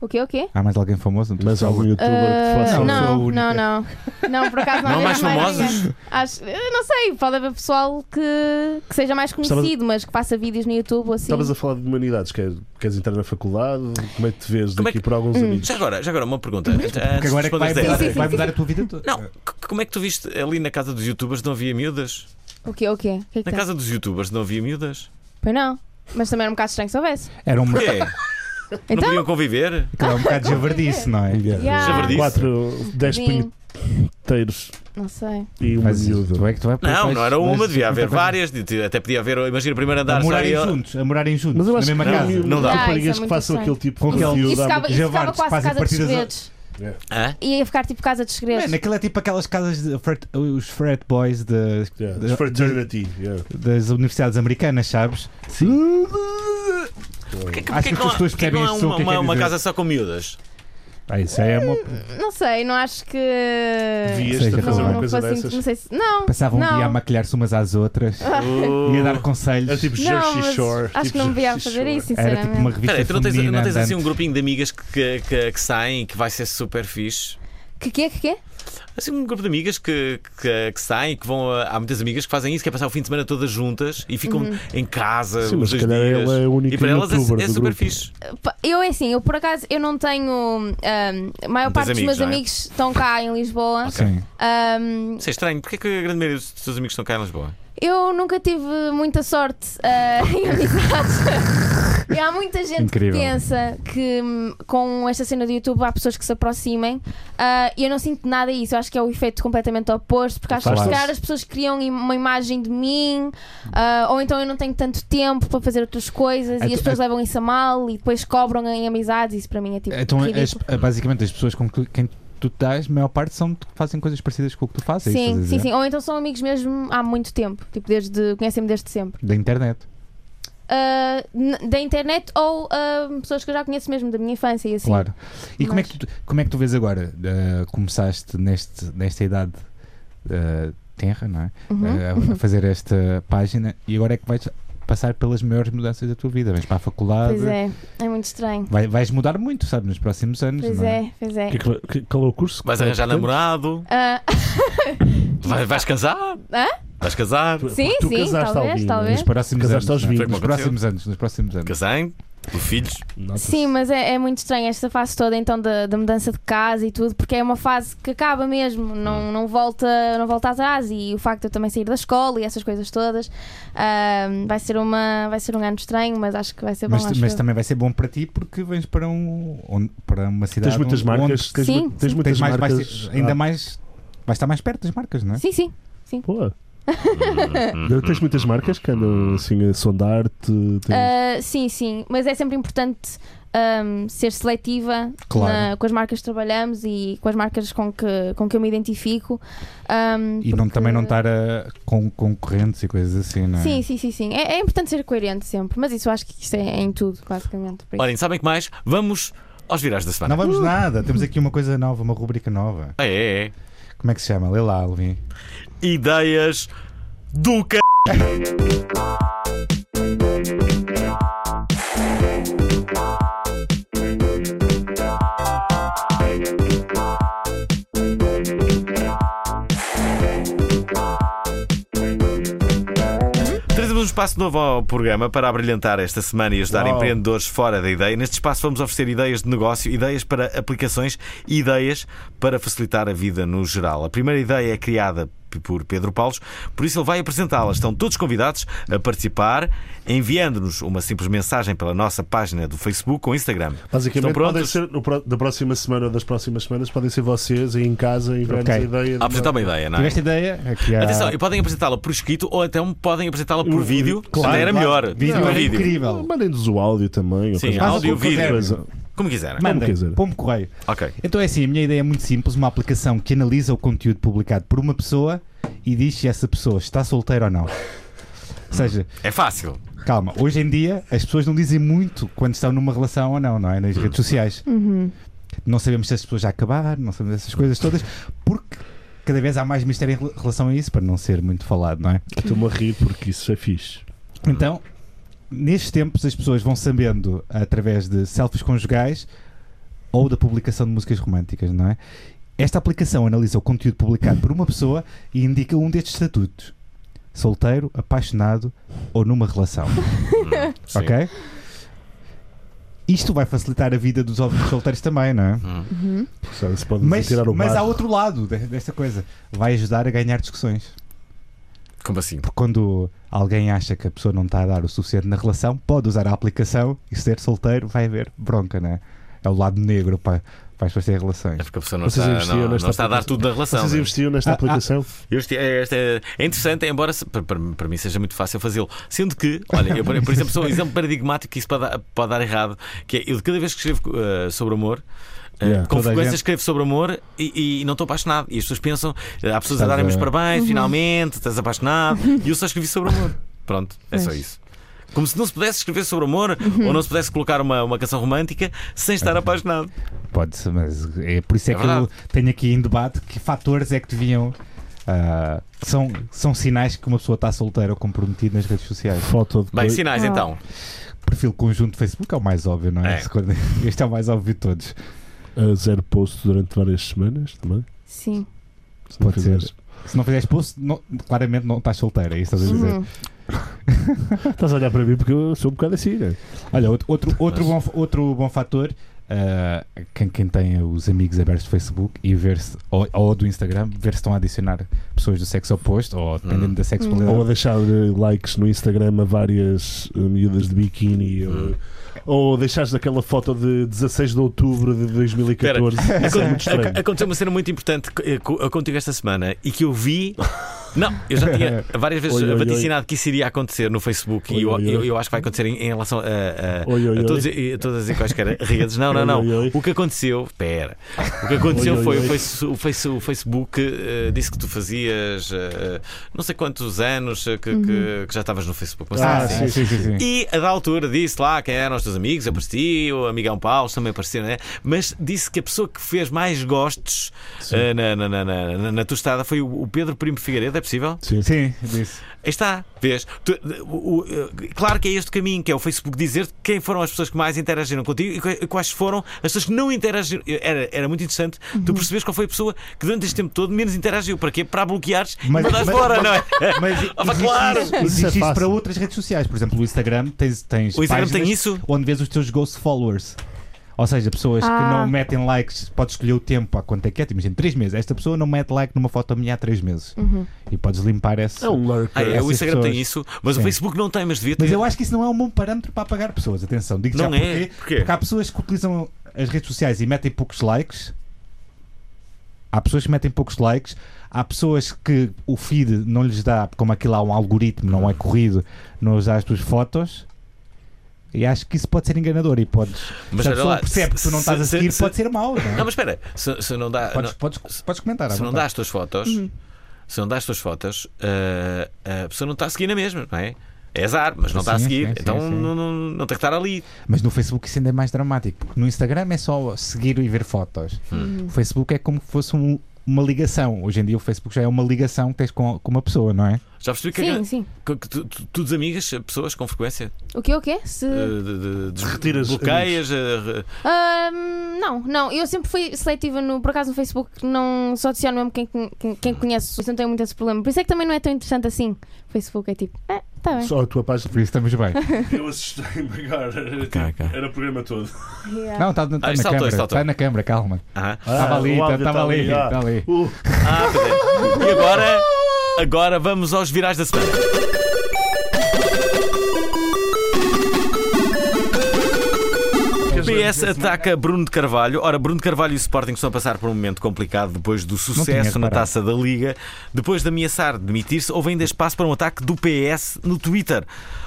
E: O quê, o quê?
B: Há mais alguém famoso na tua
C: Mas há algum
B: escola?
C: youtuber que te
E: Uh,
C: faça
B: sou a
E: não,
B: única.
E: não, não. Não, por acaso não,
A: Não há
E: há
A: mais
E: mesmo
A: famosos?
E: ninguém. Acho, eu não sei, pode haver pessoal que, que seja mais
C: Estavas-
E: conhecido, mas que faça vídeos no YouTube ou assim.
C: Estavas a falar de humanidades, quer, queres entrar na faculdade? Como é que te vês
A: Como é
C: daqui
A: que-
C: por alguns
E: Hum.
C: amigos?
A: Já agora, já agora uma pergunta. Antes
B: Porque
A: de
B: agora é que vai
A: responderes
B: mudar,
A: a
E: Sim,
A: essa.
E: sim,
B: vai
E: sim,
B: mudar
E: sim.
B: a tua vida toda.
A: Não, c- como é que tu viste ali na casa dos youtubers não havia miúdas?
E: O quê, o quê? O que é que
A: Na
E: tem?
A: casa dos youtubers não havia miúdas?
E: Pois não. Mas também era um bocado estranho se soubesse.
B: Era um,
A: Porquê? Não
E: Então,
A: podiam conviver?
B: era um bocado de javardice, não
A: [LAUGHS]
B: é?
E: Yeah.
A: Javardice.
C: Quatro, dez
E: Sim.
C: pinheteiros
E: não sei.
C: e uma
B: Mas
C: miúda.
B: tu é que tu vai
A: Não, não era
B: mas-
A: uma, devia
B: mas-
A: haver várias, de- de- até podia haver, imagina o primeiro
B: A
A: andar só
B: morarem
A: ia-
B: juntos, a morarem juntos,
C: Mas eu acho
B: na mesma
C: que
A: não,
B: casa.
A: não dá.
E: Ah, isso é
C: Raparigas que
E: muito
C: façam
E: estranho.
C: aquele tipo
B: Com
C: de
B: aquele-
C: conteúdo.
E: Isso
C: há
E: ficava,
C: muito-
E: isso ficava
B: Javartes,
E: quase
B: fazem
E: casa dos
B: partidas a-
E: segredos.
A: Hã?
E: Ia ficar tipo casa dos segredos.
B: Mano, aquilo é tipo aquelas casas, de frat- os frat boys de-
C: Yeah,
B: de-
C: it's fraternity. yeah.
B: das universidades americanas, sabes?
A: Porquê porquê
B: Acho que as pessoas
A: porquê que
B: percebem
A: há
B: isso,
A: uma,
B: o que é que
A: uma-
B: quer
A: uma
B: dizer.
A: casa só com miúdas?
B: Ah, isso aí é uma...
E: Não sei, não acho que.
C: Devias
B: Sei
C: te
B: que é
C: fazer
E: Então, não,
C: uma
B: não
C: coisa
E: fosse- assim,
C: dessas.
E: É. não sei se. Não.
B: Passavam um
E: não.
B: dia a maquilhar-se umas às outras e a dar conselhos.
C: Era Ah. tipo
E: Não,
C: Jersey
E: mas
C: Shore.
E: acho
C: tipo
E: que não me via
C: Jersey
E: fazer
C: Shore.
E: isso,
B: Era
E: sinceramente.
B: tipo uma revista
A: Peraí, tu não tens,
B: feminina
A: não tens assim
B: andante.
A: um grupinho de amigas que, que, que, que saem e que vai ser super fixe?
E: Que quê? Que quê?
A: Assim, um grupo de amigas que, que, que saem, que vão. a- Há muitas amigas que fazem isso, que é passar o fim de semana todas juntas e ficam em casa.
C: Sim,
A: uns
C: mas se
A: dois
C: calhar
A: dias.
C: ela é a única
A: E para elas é-
C: youtuber
A: é,
C: do
A: super
C: grupo.
A: fixe.
E: Pá, Eu é assim, eu por acaso eu não tenho. ahm, a maior
A: Não tens
E: parte dos
A: amigos,
E: meus
A: não é?
E: amigos estão cá em Lisboa. Hum,
B: Sim.
E: Ahm,
A: Isso é estranho. Porquê que a grande maioria dos teus amigos estão cá em Lisboa?
E: eu nunca tive muita sorte ah, [LAUGHS] em amizades. E há muita gente
B: Incrível.
E: que pensa que hum, com esta cena do YouTube há pessoas que se aproximem ah, e eu não sinto nada isso. Eu acho que é o efeito completamente oposto, porque acho que se
B: Claro.
E: calhar as pessoas criam im- uma imagem de mim, ah, ou então eu não tenho tanto tempo para fazer outras coisas
B: Ah,
E: e
B: tu-
E: as pessoas
B: ah-
E: levam isso a mal e depois cobram em amizades. Isso para mim é tipo.
B: Então,
E: ridículo.
B: as- basicamente, as pessoas com que- quem tu te dás, a maior parte são que fazem coisas parecidas com o que tu fazes. é isso que
E: Sim,
B: estás a
E: sim,
B: dizer?
E: sim. Ou então são amigos mesmo há muito tempo, tipo, desde, conhecem-me desde sempre.
B: Da internet.
E: Ah, n- da internet ou ah, pessoas que eu já conheço mesmo da minha infância e assim.
B: Claro. E como, é
E: Mas-
B: que tu, como é que tu vês agora? Uh, começaste neste, nesta idade uh, tenra, não é?
E: Uhum, [LAUGHS]
B: Uh, a-
E: uhum.
B: a fazer esta página e agora é que vais passar pelas maiores mudanças da tua vida. Vais para a faculdade,
E: Pois é, é muito estranho.
B: vai- vais mudar muito, sabe, nos próximos anos.
E: Pois
B: não é?
E: é, pois é.
C: Que- que- que- Qual é o curso?
A: Vais arranjar
C: Qual é o curso?
A: namorado?
B: [LAUGHS]
E: Ah,
A: Vai- vais casar?
E: Hã?
A: Vais casar?
E: sim,
C: Tu
E: sim,
C: casaste
E: talvez,
C: alguém, não é?
E: talvez.
B: Nos próximos anos.
C: Casaste aos
B: não é?
A: vinte.
B: Nos próximos anos, nos próximos anos.
A: Casei? Filhos?
C: Nota-se.
E: Sim, mas é, é muito estranho esta fase toda então da, da mudança de casa e tudo, porque é uma fase que acaba mesmo, não,
B: Hum.
E: não, volta, não volta atrás e o facto de eu também sair da escola e essas coisas todas ahm, vai, ser uma, vai ser um ano estranho, mas acho que vai ser Tá bom.
B: Mas,
E: acho
B: mas
E: eu.
B: também vai ser bom para ti porque vens para, um, onde- para uma cidade.
C: Tens muitas
B: onde-
C: marcas. Tens,
E: Sim,
C: mu- tens
E: sim.
B: onde
C: muitas
B: tens mais, vai
C: marcas. ah.
B: ser- ainda mais. Vai estar mais perto das marcas, não é?
E: Sim, sim.
C: [LAUGHS] Boa. Tens muitas marcas que
A: Hum.
C: andam assim a sondar-te. tens-
E: Ah, sim, sim, mas é sempre importante ahm, ser seletiva
B: Claro.
E: na- com as marcas que trabalhamos e com as marcas com que, com que eu me identifico. ahm,
B: E não,
E: porque-
B: também não estar a- com concorrentes e coisas assim, não é?
E: Sim, sim, sim, sim. É, é importante ser coerente sempre, mas isso eu acho que isto é em tudo, basicamente. Por isso.
A: Olhem, sabem que mais? Vamos aos virais da semana.
B: Não vamos nada, temos aqui uma coisa nova, uma rubrica nova.
A: Ah, é, é.
B: Como é que se chama? Lê lá, Alvin.
A: Ideias do c...
G: Trazemos um espaço novo ao programa para abrilhantar esta semana e ajudar
C: Uau.
G: empreendedores fora da ideia. Neste espaço vamos oferecer ideias de negócio, ideias para aplicações e ideias para facilitar a vida no geral. A primeira ideia é criada p- por Pedro Paulos, por isso ele vai apresentá-la. Estão todos convidados a participar, enviando-nos uma simples mensagem pela nossa página do Facebook ou Instagram.
C: Basicamente,
G: Estão
C: podem
G: prontos?
C: ser, no pro- da próxima semana ou das próximas semanas, podem ser vocês aí em casa e ver-nos
B: Ok.
C: a ideia. de
A: Ah, apresentar uma ideia, não é?
B: Tiveste ideia? Aqui há...
A: Atenção, e podem apresentá-la por escrito ou até
G: então
A: podem apresentá-la por
C: Eu-
A: vídeo.
C: claro,
A: Até era
C: claro.
A: melhor.
B: Vídeo
A: Por
B: é
C: uma...
B: incrível.
C: Mandem-nos o áudio também. ou
A: Sim,
C: coisa-
A: áudio,
C: qualquer
A: vídeo.
C: coisa.
A: Como quiserem.
B: Mandem,
C: quiser.
B: Pombo correio.
A: Ok.
B: Então é assim, a minha ideia é muito simples: uma aplicação que analisa o conteúdo publicado por uma pessoa e diz se essa pessoa está solteira ou não. Ou seja,
A: É fácil.
B: calma, hoje em dia as pessoas não dizem muito quando estão numa relação ou não, não é? Nas redes sociais. Não sabemos se as pessoas já acabaram, não sabemos essas coisas todas, porque cada vez há mais mistério em rela- relação a isso, para não ser muito falado, não é?
C: Estou-me a rir porque isso é fixe.
B: Então, nestes tempos, as pessoas vão sabendo através de selfies conjugais ou da publicação de músicas românticas, não é? Esta aplicação analisa o conteúdo publicado por uma pessoa e indica um destes estatutos: solteiro, apaixonado ou numa relação.
A: Sim.
B: ok? Isto vai facilitar a vida dos óbvios solteiros também, não é?
C: Sabe, se pode
B: Mas,
C: Uhum. tirar o
B: mas
C: barro.
B: há outro lado de- desta coisa: vai ajudar a ganhar discussões.
A: Como assim?
B: Porque quando alguém acha que a pessoa não está a dar o suficiente na relação, pode usar a aplicação e se der solteiro vai haver bronca, né? É o lado negro para, para as pessoas terem relações.
A: É porque a pessoa não,
C: Vocês
A: está,
C: investiam
A: não,
C: nesta
A: não está a dar
C: aplicação?
A: tudo na relação.
C: Vocês
A: não é?
C: investiam nesta
B: Ah, ah.
C: aplicação?
A: Eu esti- é, esta é é interessante, embora se- para, para, para mim seja muito fácil fazê-lo. Sendo que, olha, eu, por por exemplo, sou um exemplo paradigmático que isso pode dar, pode dar errado, que é eu cada vez que escrevo eh, sobre amor. eh,
C: Yeah.
A: com
B: Toda a
A: frequência
B: gente-
A: escrevo sobre amor e, e não estou apaixonado. E as pessoas pensam, eh, há pessoas a
B: Estás
A: darem-me os
B: a-
A: parabéns,
E: Uhum.
A: finalmente, estás apaixonado. e eu só escrevi sobre amor. Pronto, é só
E: Pois. Uhum.
A: isso. Como se não se pudesse escrever sobre amor ou não se pudesse colocar uma, uma canção romântica sem
B: É.
A: estar apaixonado.
B: Pode ser, mas é por isso é,
A: É
B: que eu tenho aqui em debate que fatores é que deviam. ah, que são, são sinais que uma pessoa está solteira ou comprometida nas redes sociais.
C: Foto de
A: Bem,
C: coi-
A: sinais
E: Ah.
A: então.
B: Perfil conjunto de Facebook é o mais óbvio, não é?
A: É.
B: Se quando- [LAUGHS] Este é o mais óbvio de todos.
C: a zero post durante várias semanas também.
E: Sim.
C: se não
B: Pode ser.
C: fizeres.
B: Se não fizeres post, não- claramente não estás solteira, é isso que estás a dizer.
E: Uhum.
C: Ah, Estás a olhar para mim porque eu sou um bocado assim, né?
B: Olha, outro, outro, outro, bom, outro bom fator, ah, quem, quem tem os amigos abertos do Facebook e ver se, ou, ou do Instagram, ver se estão a adicionar pessoas do sexo oposto, ou
A: Hum.
B: dependendo da
A: É.
B: sexualidade.
C: Ou a deixar eh, likes no Instagram a várias eh, miúdas de biquíni.
A: Hum.
C: ou- Ou deixares aquela foto de 16 de outubro de 2014. Isso é muito estranho.
A: Ac- Aconteceu uma cena muito importante co- eh, co- contigo esta semana e que eu vi. Não, eu já
C: [LAUGHS]
A: tinha várias vezes
C: Oi, oi, oi.
A: vaticinado que isso iria acontecer no Facebook e eu,
C: Oi, oi, oi.
A: eu- eu acho que vai acontecer em, em relação a, a-
C: Oi, oi,
A: é a
C: oi.
A: todos- e- a todas e quaisquer [LAUGHS] redes. Não, não,
C: Oi,
A: não.
C: oi, oi.
A: O que aconteceu, espera, o que aconteceu
C: Oi, oi,
A: foi o
C: oi.
A: face- o, face- o Facebook eh, disse que tu fazias eh, não sei quantos anos eh, que, que- que já estavas no Facebook. Mas
B: Ah,
A: assim.
B: sim, sim, sim. sim.
A: E a da altura disse lá quem eram os teus amigos, eu apareci, o amigão Paulo também apareceu, né? mas disse que a pessoa que fez mais gostos eh, na, na, na, na, na- na tua estada foi o, o Pedro Primo Figueiredo, é possível?
C: Sim.
B: Sim, disse.
A: Aí está, vês? Tu- o- o- claro que é este caminho, que é o Facebook dizer quem foram as pessoas que mais interagiram contigo e que- quais foram as pessoas que não interagiram. Eh, Era, era muito interessante
B: Uhum.
A: tu perceberes qual foi a pessoa que durante este tempo todo menos interagiu. Para quê? Para a bloqueares e
B: Mas-
A: mandares
B: mas-
A: fora, não é?
B: [LAUGHS] Mas
A: Ah, pá,
B: existe
A: claro!
B: isso-
C: Isso é
B: existe isso
C: fácil.
B: para outras redes sociais. Por exemplo, o Instagram tens, tens
A: O Instagram
B: páginas
A: tem isso?
B: onde vês os teus ghost followers. Ou seja, pessoas que
E: Ah.
B: não metem likes, podes escolher o tempo há quanto é que é, imagina, 3 meses. Esta pessoa não mete like numa foto minha há 3 meses. E podes limpar essa.
C: É um lurker.
A: Ah, é,
B: Essas
A: o Instagram tem isso,
B: pessoas.
A: mas o
B: Sim.
A: Facebook não tem, mas devia ter.
B: Mas eu acho que isso não é um bom parâmetro para apagar pessoas. Atenção, digo já
A: Não é?
B: porquê.
A: Porquê?
B: Porque há pessoas que utilizam as redes sociais e metem poucos likes. Há pessoas que metem poucos likes. Há pessoas que o feed não lhes dá, como aquilo há um algoritmo, não é corrido, não lhes dá as tuas fotos. E acho que isso pode ser enganador. E podes.
A: Mas
B: se a
A: olha
B: pessoa
A: lá,
B: percebe que tu não
A: se-
B: estás a
A: se-
B: seguir,
A: se-
B: pode ser mau. Não é?
A: Não, mas espera, se, se não dá.
B: podes,
A: não-
B: podes, podes comentar. à
A: se não
B: vontade.
A: dá as tuas fotos, se não dá as tuas fotos, eh, a pessoa não está a seguir na mesma, não é? É azar, mas não está a
B: Sim,
A: seguir,
B: sim, sim,
A: então
B: sim.
A: Não, não, não tem que estar ali.
B: Mas no Facebook isso ainda é mais dramático, porque no Instagram é só seguir e ver fotos.
E: Uhum.
B: O Facebook é como se fosse um- uma ligação. Hoje em dia o Facebook já é uma ligação que tens com, com uma pessoa, não é?
A: Já percebi que,
E: Sim, sim.
A: que- que tu, tu, tu desamigas pessoas com frequência?
E: O que o quê? Se.
A: Eh, de- de- des-
C: Retiras
A: bloqueias, eh, re-
E: Ahm, não, não. Eu sempre fui seletiva no, por acaso no Facebook, não só adiciono mesmo quem, quem, quem conhece, eu não tenho muito esse problema. Por isso é que também não é tão interessante assim. Facebook é tipo, ah, tá bem.
C: Só a tua página.
B: Por isso estamos bem.
C: [LAUGHS] Eu assustei-me agora. Era,
A: Cá, cá.
C: o programa todo.
B: Não,
A: Ah,
B: está tá na
A: saltou,
B: câmara.
A: saltou.
B: Está na câmara, calma.
A: ah,
B: Estava ali,
C: o áudio
B: estava ali,
C: ah.
B: estava ali.
C: Uh,
A: ah, pois é. E agora, agora vamos aos virais da semana. PS ataca Bruno de Carvalho. Ora, Bruno de Carvalho e o Sporting estão a passar por um momento complicado depois do
B: tinha
A: sucesso na
B: reparado.
A: taça da Liga. Depois de ameaçar demitir-se, houve ainda espaço para um ataque do PS no Twitter.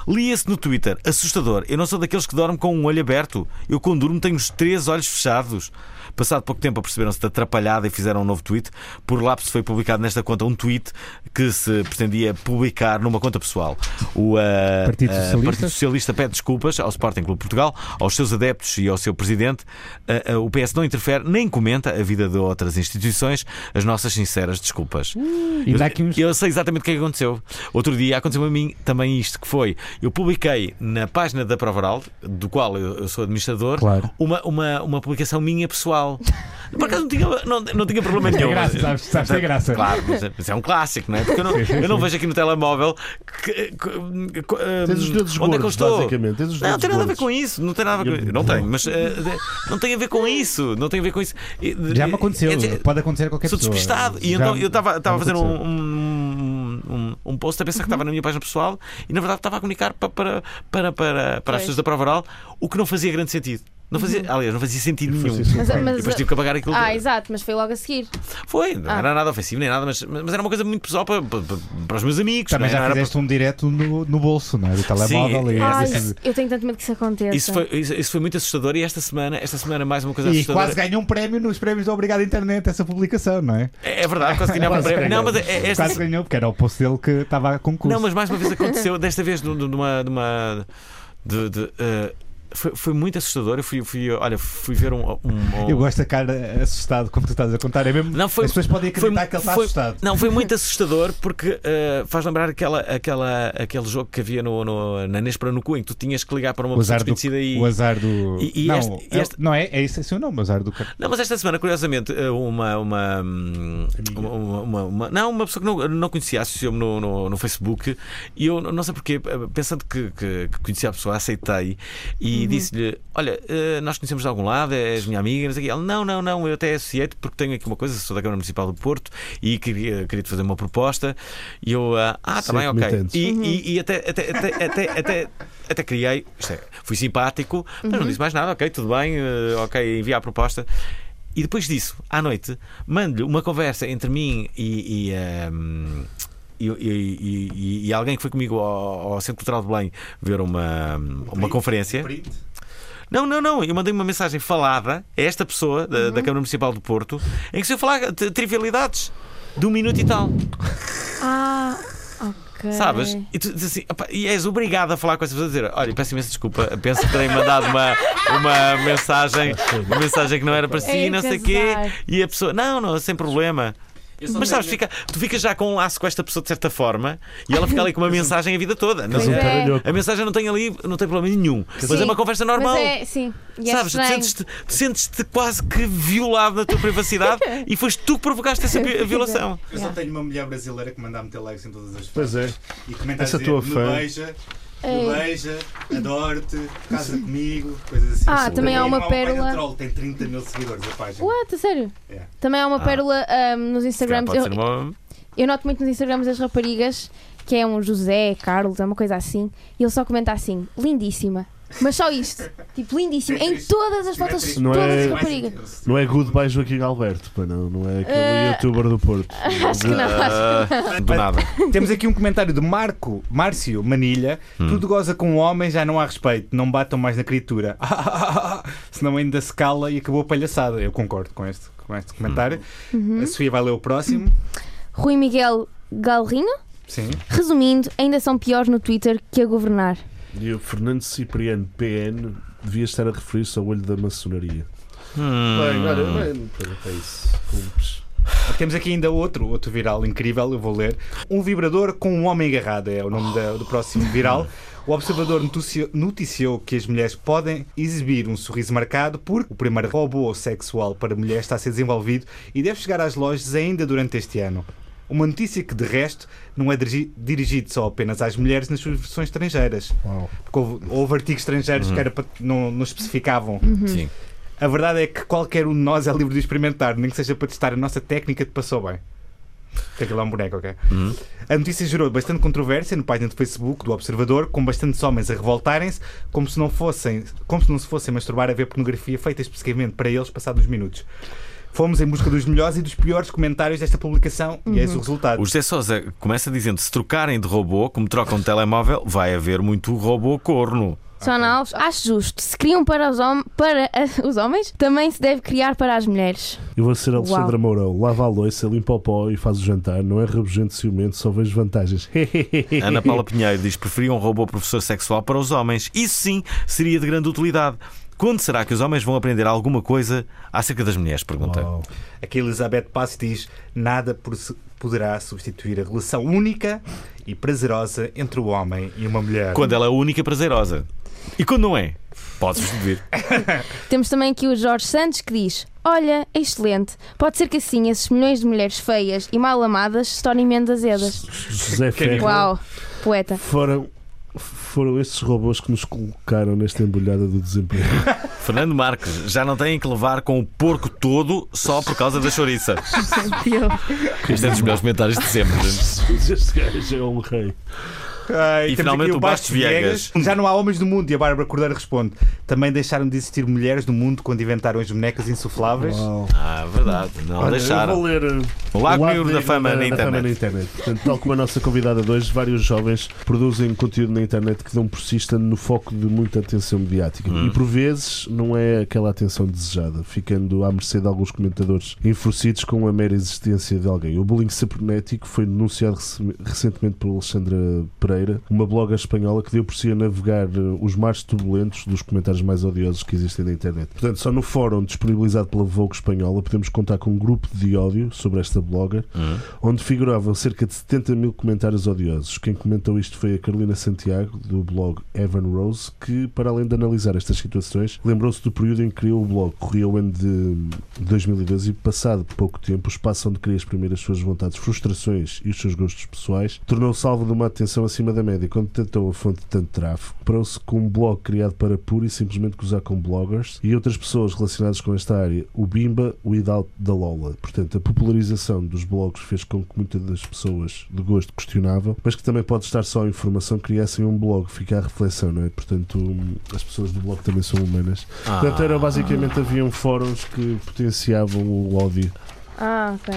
A: Lia-se no Twitter: assustador. Eu não sou daqueles que dormem com um olho aberto. Eu, quando durmo, tenho os três olhos fechados. Passado pouco tempo, aperceberam-se da atrapalhada e fizeram um novo tweet. Por lapso, foi publicado nesta conta um tweet que se pretendia publicar numa conta pessoal. O ah,
B: Partido
A: ah,
B: Socialista?
A: Partido Socialista pede desculpas ao Sporting Clube de Portugal, aos seus adeptos e ao seu presidente. Ah, ah, o PS não interfere nem comenta a vida de outras instituições. As nossas sinceras desculpas.
B: E dá aqui uns.
A: Eu sei exatamente o que é que aconteceu. Outro dia aconteceu a mim também isto que foi. Eu publiquei na página da Provaral, do qual eu, eu sou administrador,
B: Claro.
A: uma, uma, uma publicação minha pessoal. Por acaso não tinha, não, não tinha problema
B: Tem
A: nenhum.
B: graça, sabes, sabes ter graça.
A: Claro, mas é- mas é um clássico, não é? Porque eu não, eu não vejo aqui no telemóvel que, que- que-
C: Tens os
A: onde é
C: dedos
A: que eu
C: gordos,
A: estou.
C: basicamente. Tens os
A: Não, não
C: dedos
A: tem nada a ver
C: gordos.
A: com isso. Não tem nada a ver com Não tem, mas eh, de- não tem a ver com isso. Não tem a ver com isso. E- de-
B: Já me aconteceu,
A: é de-
B: pode acontecer a qualquer
A: Sou
B: pessoa.
A: despistado. E
B: Já-
A: então eu estava
B: já
A: estava a
B: me
A: fazer um,
B: aconteceu.
A: um, um, um post a pensar que estava
C: Uhum.
A: na minha página pessoal e na verdade estava a comunicar pa- para, para, para, para, as
E: Pois. Uhum.
A: pessoas da prova oral o que não fazia grande sentido. Não fazia, aliás, não fazia sentido nenhum.
C: Francisco,
E: Mas, é-
A: E
E: mas-
A: depois tive que apagar aquilo.
E: ah, exato, mas foi logo a seguir.
A: Foi, não
E: Ah.
A: era nada ofensivo nem nada, mas, mas era uma coisa muito pessoal para, para, para os meus amigos. não
B: Também
A: é?
B: já
A: Não era
B: fizeste um direto no, no bolso, não é? Do telemóvel e tipo
E: Ai,
B: essas-
E: eu tenho tanto medo que isso aconteça.
A: para- isso, foi, isso, isso foi muito assustador e esta semana, esta semana mais uma coisa
B: E
A: assustadora.
B: quase ganhou um prémio nos prémios do Obrigado Internet, essa publicação, não é?
A: É é verdade, quase ganhava um
B: [LAUGHS] Quase
A: prémio.
B: ganhou.
A: Não, mas é- esta,
B: Quase ganhou, porque era o posto dele que estava a concurso.
A: não, mas mais uma vez aconteceu, desta vez de, de- de uma. De uma de- de, eh, foi, foi muito assustador. Eu fui, fui, olha, fui ver um. um- um-
B: Eu gosto da cara assustado, como tu estás a contar. É mesmo.
A: Não, foi-
B: As pessoas podem
A: Foi-
B: acreditar que ele está
A: foi-
B: assustado.
A: Não, foi muito assustador porque eh, faz lembrar aquela, aquela, aquele jogo que havia no, no, na Nespera no cu em que tu tinhas que ligar para uma
B: O
A: pessoa
B: azar, do,
A: desconhecida e.
B: o azar do.
A: E- e
B: não,
A: este-
B: é-
A: este-
B: não é, é isso é seu nome, o azar do. cara.
A: Não, mas esta semana, curiosamente, eh, uma. uma, hum, uma, uma- uma- não, uma pessoa que não, não conhecia associou-me no, no, no Facebook e eu não sei porquê, eh, pensando que, que, que conhecia a pessoa, aceitei e disse-lhe: Olha, eh, nós conhecemos de algum lado, és minha amiga, não sei o quê. Ela, não, não, não, eu até associei-te porque tenho aqui uma coisa, sou da Câmara Municipal do Porto e queria, queria te fazer uma proposta. E eu, ah, ah, tá
C: Sim,
A: bem, ok.
C: comitente.
A: E, e, e até, até, até, até, até, até criei, isto é, fui simpático, mas não disse mais nada, ok, tudo bem, eh, ok, enviei a proposta. E depois disso, à noite, mando-lhe uma conversa entre mim e. e, ehm, e, e- e- e- e alguém que foi comigo ao, ao Centro Cultural de Belém ver uma, uma conferência. Não, não, não. Eu mandei uma mensagem falada a esta pessoa da, da Câmara Municipal do Porto em que se eu falar de trivialidades de um minuto e tal.
E: Ah, ok.
A: Sabes? E tu dizes assim, "Epá", e és obrigado a falar com essa pessoa e dizer: Olha, peço imensa desculpa, penso que terei mandado uma, uma mensagem, uma mensagem que não era para si,
E: Ei,
A: não sei o
E: que
A: quê.
E: azar.
A: E a pessoa, não, não, sem problema. Mas sabes, fica, tu ficas já com um laço com esta pessoa de certa forma e ela fica ali
E: [LAUGHS]
A: com uma mensagem a vida toda. Não
E: Pois
A: é?
E: é.
A: A mensagem não tem ali, não tem problema nenhum. Mas
E: Sim.
A: é uma conversa normal.
E: Mas é, sim. E é
A: Sabes, tu
E: estranho.
A: sentes-te, tu sentes-te quase que violado na tua
E: [LAUGHS]
A: privacidade e foste tu que provocaste essa vi- violação.
B: Eu só tenho uma mulher brasileira que manda a meter likes em todas as fotos.
C: Pois é.
B: E comenta
C: Essa
B: a dizer,
C: tua
B: me
C: fã."
B: beija, me
E: Ei.
B: beija, adoro-te, casa comigo, coisas assim.
E: Ah, também há
B: E
E: uma
B: o pai do
E: pérola.
B: Troll, tem 30 mil seguidores a página.
E: What? A sério?
B: Yeah.
E: Também há uma
A: Ah.
E: pérola ahm, nos
A: Se calhar
E: Instagrams.
A: pode
E: é. Eu,
A: ser uma-
E: eu noto muito nos Instagrams das raparigas que é um José, Carlos, é uma coisa assim. E ele só comenta assim: lindíssima. Mas só
A: [LAUGHS]
E: isto. tipo, lindíssima. Em todas as fotos,
C: Não
E: todas
C: é-
E: as raparigas.
C: Não é Goodbye Joaquim Alberto, pá, não, não é aquele
E: Eh,
C: youtuber do Porto.
E: [LAUGHS] Acho que não.
A: Ah. do nada.
B: Temos aqui um comentário de Marco Márcio Manilha. Tudo goza com o homem, já não há respeito. Não batam mais na criatura. [LAUGHS] Senão ainda se cala e acabou a palhaçada. Eu concordo com este, com este comentário. A Sofia vai ler o próximo.
E: Rui Miguel Galrinho.
B: Sim.
E: Resumindo, ainda são piores no Twitter que a governar.
C: E o Fernando Cipriano, PN, devia estar a referir-se ao olho da maçonaria. Bem, olha, bem, é isso. Pumpes.
B: Temos aqui ainda outro, outro viral incrível, eu vou ler. Um vibrador com um homem agarrado é o nome da- do próximo viral. O observador notici- noticiou que as mulheres podem exibir um sorriso marcado porque o primeiro robô sexual para mulheres está a ser desenvolvido e deve chegar às lojas ainda durante este ano. Uma notícia que, de resto, não é dirigi- dirigido só apenas às mulheres nas suas versões estrangeiras. Porque houve, houve artigos estrangeiros que era para- não, não especificavam.
E: Uhum.
A: Sim.
B: A verdade é que qualquer um de nós é livre de experimentar, nem que seja para testar a nossa técnica de passou bem. Que aquilo é um boneco, ok? A notícia gerou bastante controvérsia no página do Facebook do Observador, com bastantes homens a revoltarem-se, como se não fossem, como se não se fossem masturbar a ver pornografia feita especificamente para eles passados uns minutos. Fomos em busca dos melhores e dos piores comentários desta publicação e é esse o resultado.
A: O José Sousa começa dizendo: se trocarem de robô, como trocam de telemóvel, vai haver muito robô corno.
E: Só na Alves, acho justo. Se criam para os, hom- para eh, [LAUGHS] os homens, também se deve criar para as mulheres.
C: Eu vou ser Alexandra Mourão. Lava a louça, limpa o pó e faz o jantar. Não é rabugento, ciumento, só vejo vantagens. [LAUGHS]
A: Ana Paula Pinheiro diz: preferia um robô professor sexual para os homens. Isso sim seria de grande utilidade. Quando será que os homens vão aprender alguma coisa acerca das mulheres? Pergunta.
C: Uau.
B: Aqui a Elizabeth Passos diz: nada por- poderá substituir a relação única e prazerosa entre o homem e uma mulher.
A: Quando ela é única e prazerosa. E quando não é? Pode
C: [LAUGHS]
A: substituir.
E: Temos também aqui o Jorge Santos que diz: Olha, é excelente. Pode ser que assim esses milhões de mulheres feias e mal amadas se tornem menos azedas.
C: José
A: É
C: Ferro.
E: Uau, poeta.
C: Foram, foram esses robôs que nos colocaram nesta embolhada do desemprego. [LAUGHS]
A: Fernando Marques, já não têm que levar com o porco todo só por causa da chouriça. Este é dos melhores comentários de
C: [LAUGHS]
A: sempre.
C: este gajo é um rei.
B: Ah,
A: E
B: temos
A: finalmente
B: aqui
A: o Bastos Viegas.
B: Já não há homens no mundo e a Bárbara Cordeiro responde: também deixaram de existir mulheres no mundo quando inventaram as bonecas insufláveis.
A: Ah, verdade. Não
C: Olha, eu
A: deixaram.
C: vou ler uh,
A: O Lago
C: Lado
A: Negro da
C: Negro
A: Fama na
C: Fama
A: internet.
C: Portanto, tal como a nossa convidada de hoje, vários jovens produzem conteúdo na internet que dão por si estando no foco de muita atenção mediática.
A: Hum.
C: E por vezes não é aquela atenção desejada, ficando à mercê de alguns comentadores enfurecidos com a mera existência de alguém. O bullying cibernético foi denunciado rece- recentemente por Alexandra Pereira, uma bloga espanhola que deu por si a navegar uh, os mares turbulentos dos comentários mais odiosos que existem na internet. Portanto, só no fórum disponibilizado pela Vogue espanhola podemos contar com um grupo de ódio sobre esta blogger onde figuravam cerca de 70 mil comentários odiosos. Quem comentou isto foi a Carolina Santiago, do blog Evan Rose, que, para além de analisar estas situações, lembrou-se do período em que criou o blog. Corria o ano de 2012 e, passado pouco tempo, o espaço onde queria exprimir as suas vontades, frustrações e os seus gostos pessoais, tornou-se alvo de uma atenção acima da média. Quando tentou a fonte de tanto tráfego, parou-se com um blog criado para pura e simplesmente gozar com bloggers e outras pessoas relacionadas com esta área, o Bimba, o Idal da Lola. Portanto, a popularização dos blogs fez com que muitas das pessoas de gosto questionável, mas que também pode estar só a informação, criassem um blog, fica a reflexão, não é? Portanto, hum, as pessoas do blog também são humanas. Portanto, era basicamente haviam fóruns que potenciavam o ódio.
E: Ah, ok.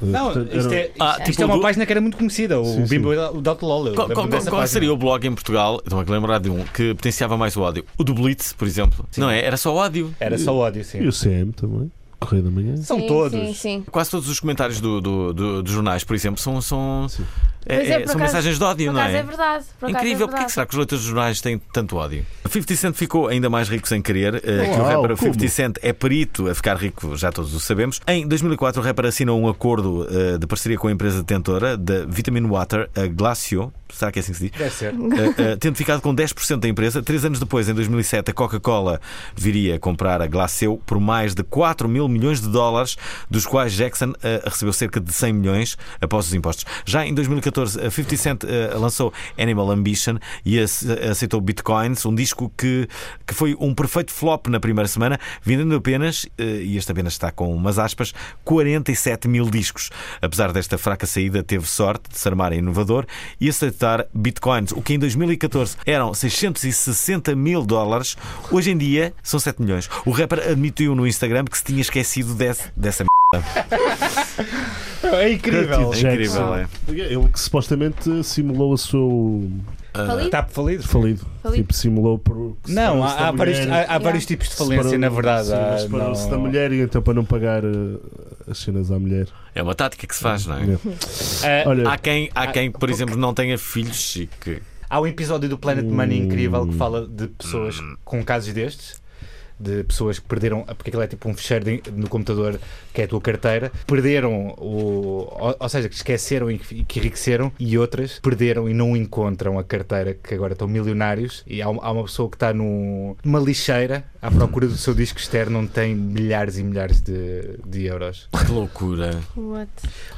C: Uh, portanto, eram-
B: é-
A: Ah, tipo do-
B: página que era muito conhecida,
C: Sim, sim.
B: o Dot Lola. eu
A: Qual,
B: lembro-me
A: qual-
B: dessa
A: qual
B: página.
A: seria o blog em Portugal? Estou a lembrar de um que potenciava mais o ódio. O do Blitz, por exemplo. Não é? Era só ódio.
B: Era só ódio, sim.
C: E o CM também, Correio da Manhã.
B: São
E: Sim,
B: todos.
E: Sim, sim.
A: Quase todos os comentários do, do- do- dos jornais, por exemplo, são, são
C: Sim.
A: É-
E: Pois é,
A: é-
E: por
A: são
E: acaso-
A: mensagens de
E: Por
A: ódio, não
E: acaso
A: é?
E: é verdade. Por acaso
A: Incrível,
E: é
A: porque é
E: verdade.
A: que será que os leitores de jornais têm tanto ódio? 50 Cent ficou ainda mais rico sem querer, eh, que o
C: Uau,
A: rapper
C: como?
A: 50 Cent é perito a ficar rico, já todos o sabemos. Em 2004, o rapper assinou um acordo eh, de parceria com a empresa detentora da Vitamin Water, a Glacio, será que é assim que se diz?
B: Deve ser.
A: Uh, uh, tendo ficado com 10% da empresa. Três anos depois, em 2007, a Coca-Cola viria comprar a Glaceu por mais de 4 mil milhões de dólares, dos quais Jackson uh, recebeu cerca de 100 milhões após os impostos. Já em 2014, a 50 Cent uh, lançou Animal Ambition e ace- aceitou Bitcoins, um disco que, que foi um perfeito flop na primeira semana, vendendo apenas, uh, e este apenas está com umas aspas, 47 mil discos. Apesar desta fraca saída, teve sorte de se armar em inovador e aceitar bitcoins, o que em 2014 eram 660 mil dólares, hoje em dia são 7 milhões. O rapper admitiu no Instagram que se tinha esquecido desse, dessa merda.
B: É incrível.
C: Curtis Jackson.
A: é?
C: Ele que supostamente simulou o seu
E: Falido?
A: Tá.
B: Está falido?
C: falido.
E: Falido.
C: Tipo, simulou por. que
B: Não,
C: separou-se da
B: há, há vários,
C: mulher.
B: há- há vários tipos de falência,
C: Separou-
B: na verdade.
C: sim,
B: Há-
C: mas Separou-se
B: não-
C: da mulher e então para não pagar eh, as cenas à mulher.
A: É uma tática que se faz, não é?
B: Ah,
C: Olha,
A: Há quem, há quem por exemplo, não tenha filhos e que.
B: Há um episódio do Planet Money incrível que fala de pessoas com casos destes. De pessoas que perderam, porque aquilo é tipo um fecheiro de- no computador que é a tua carteira, perderam, o, ou, ou seja, que esqueceram e que e que enriqueceram, e outras perderam e não encontram a carteira, que agora estão milionários. E há, uma- há uma pessoa que está num- numa lixeira à procura do seu disco externo, onde tem milhares e milhares de, de euros.
A: Que loucura!
E: What?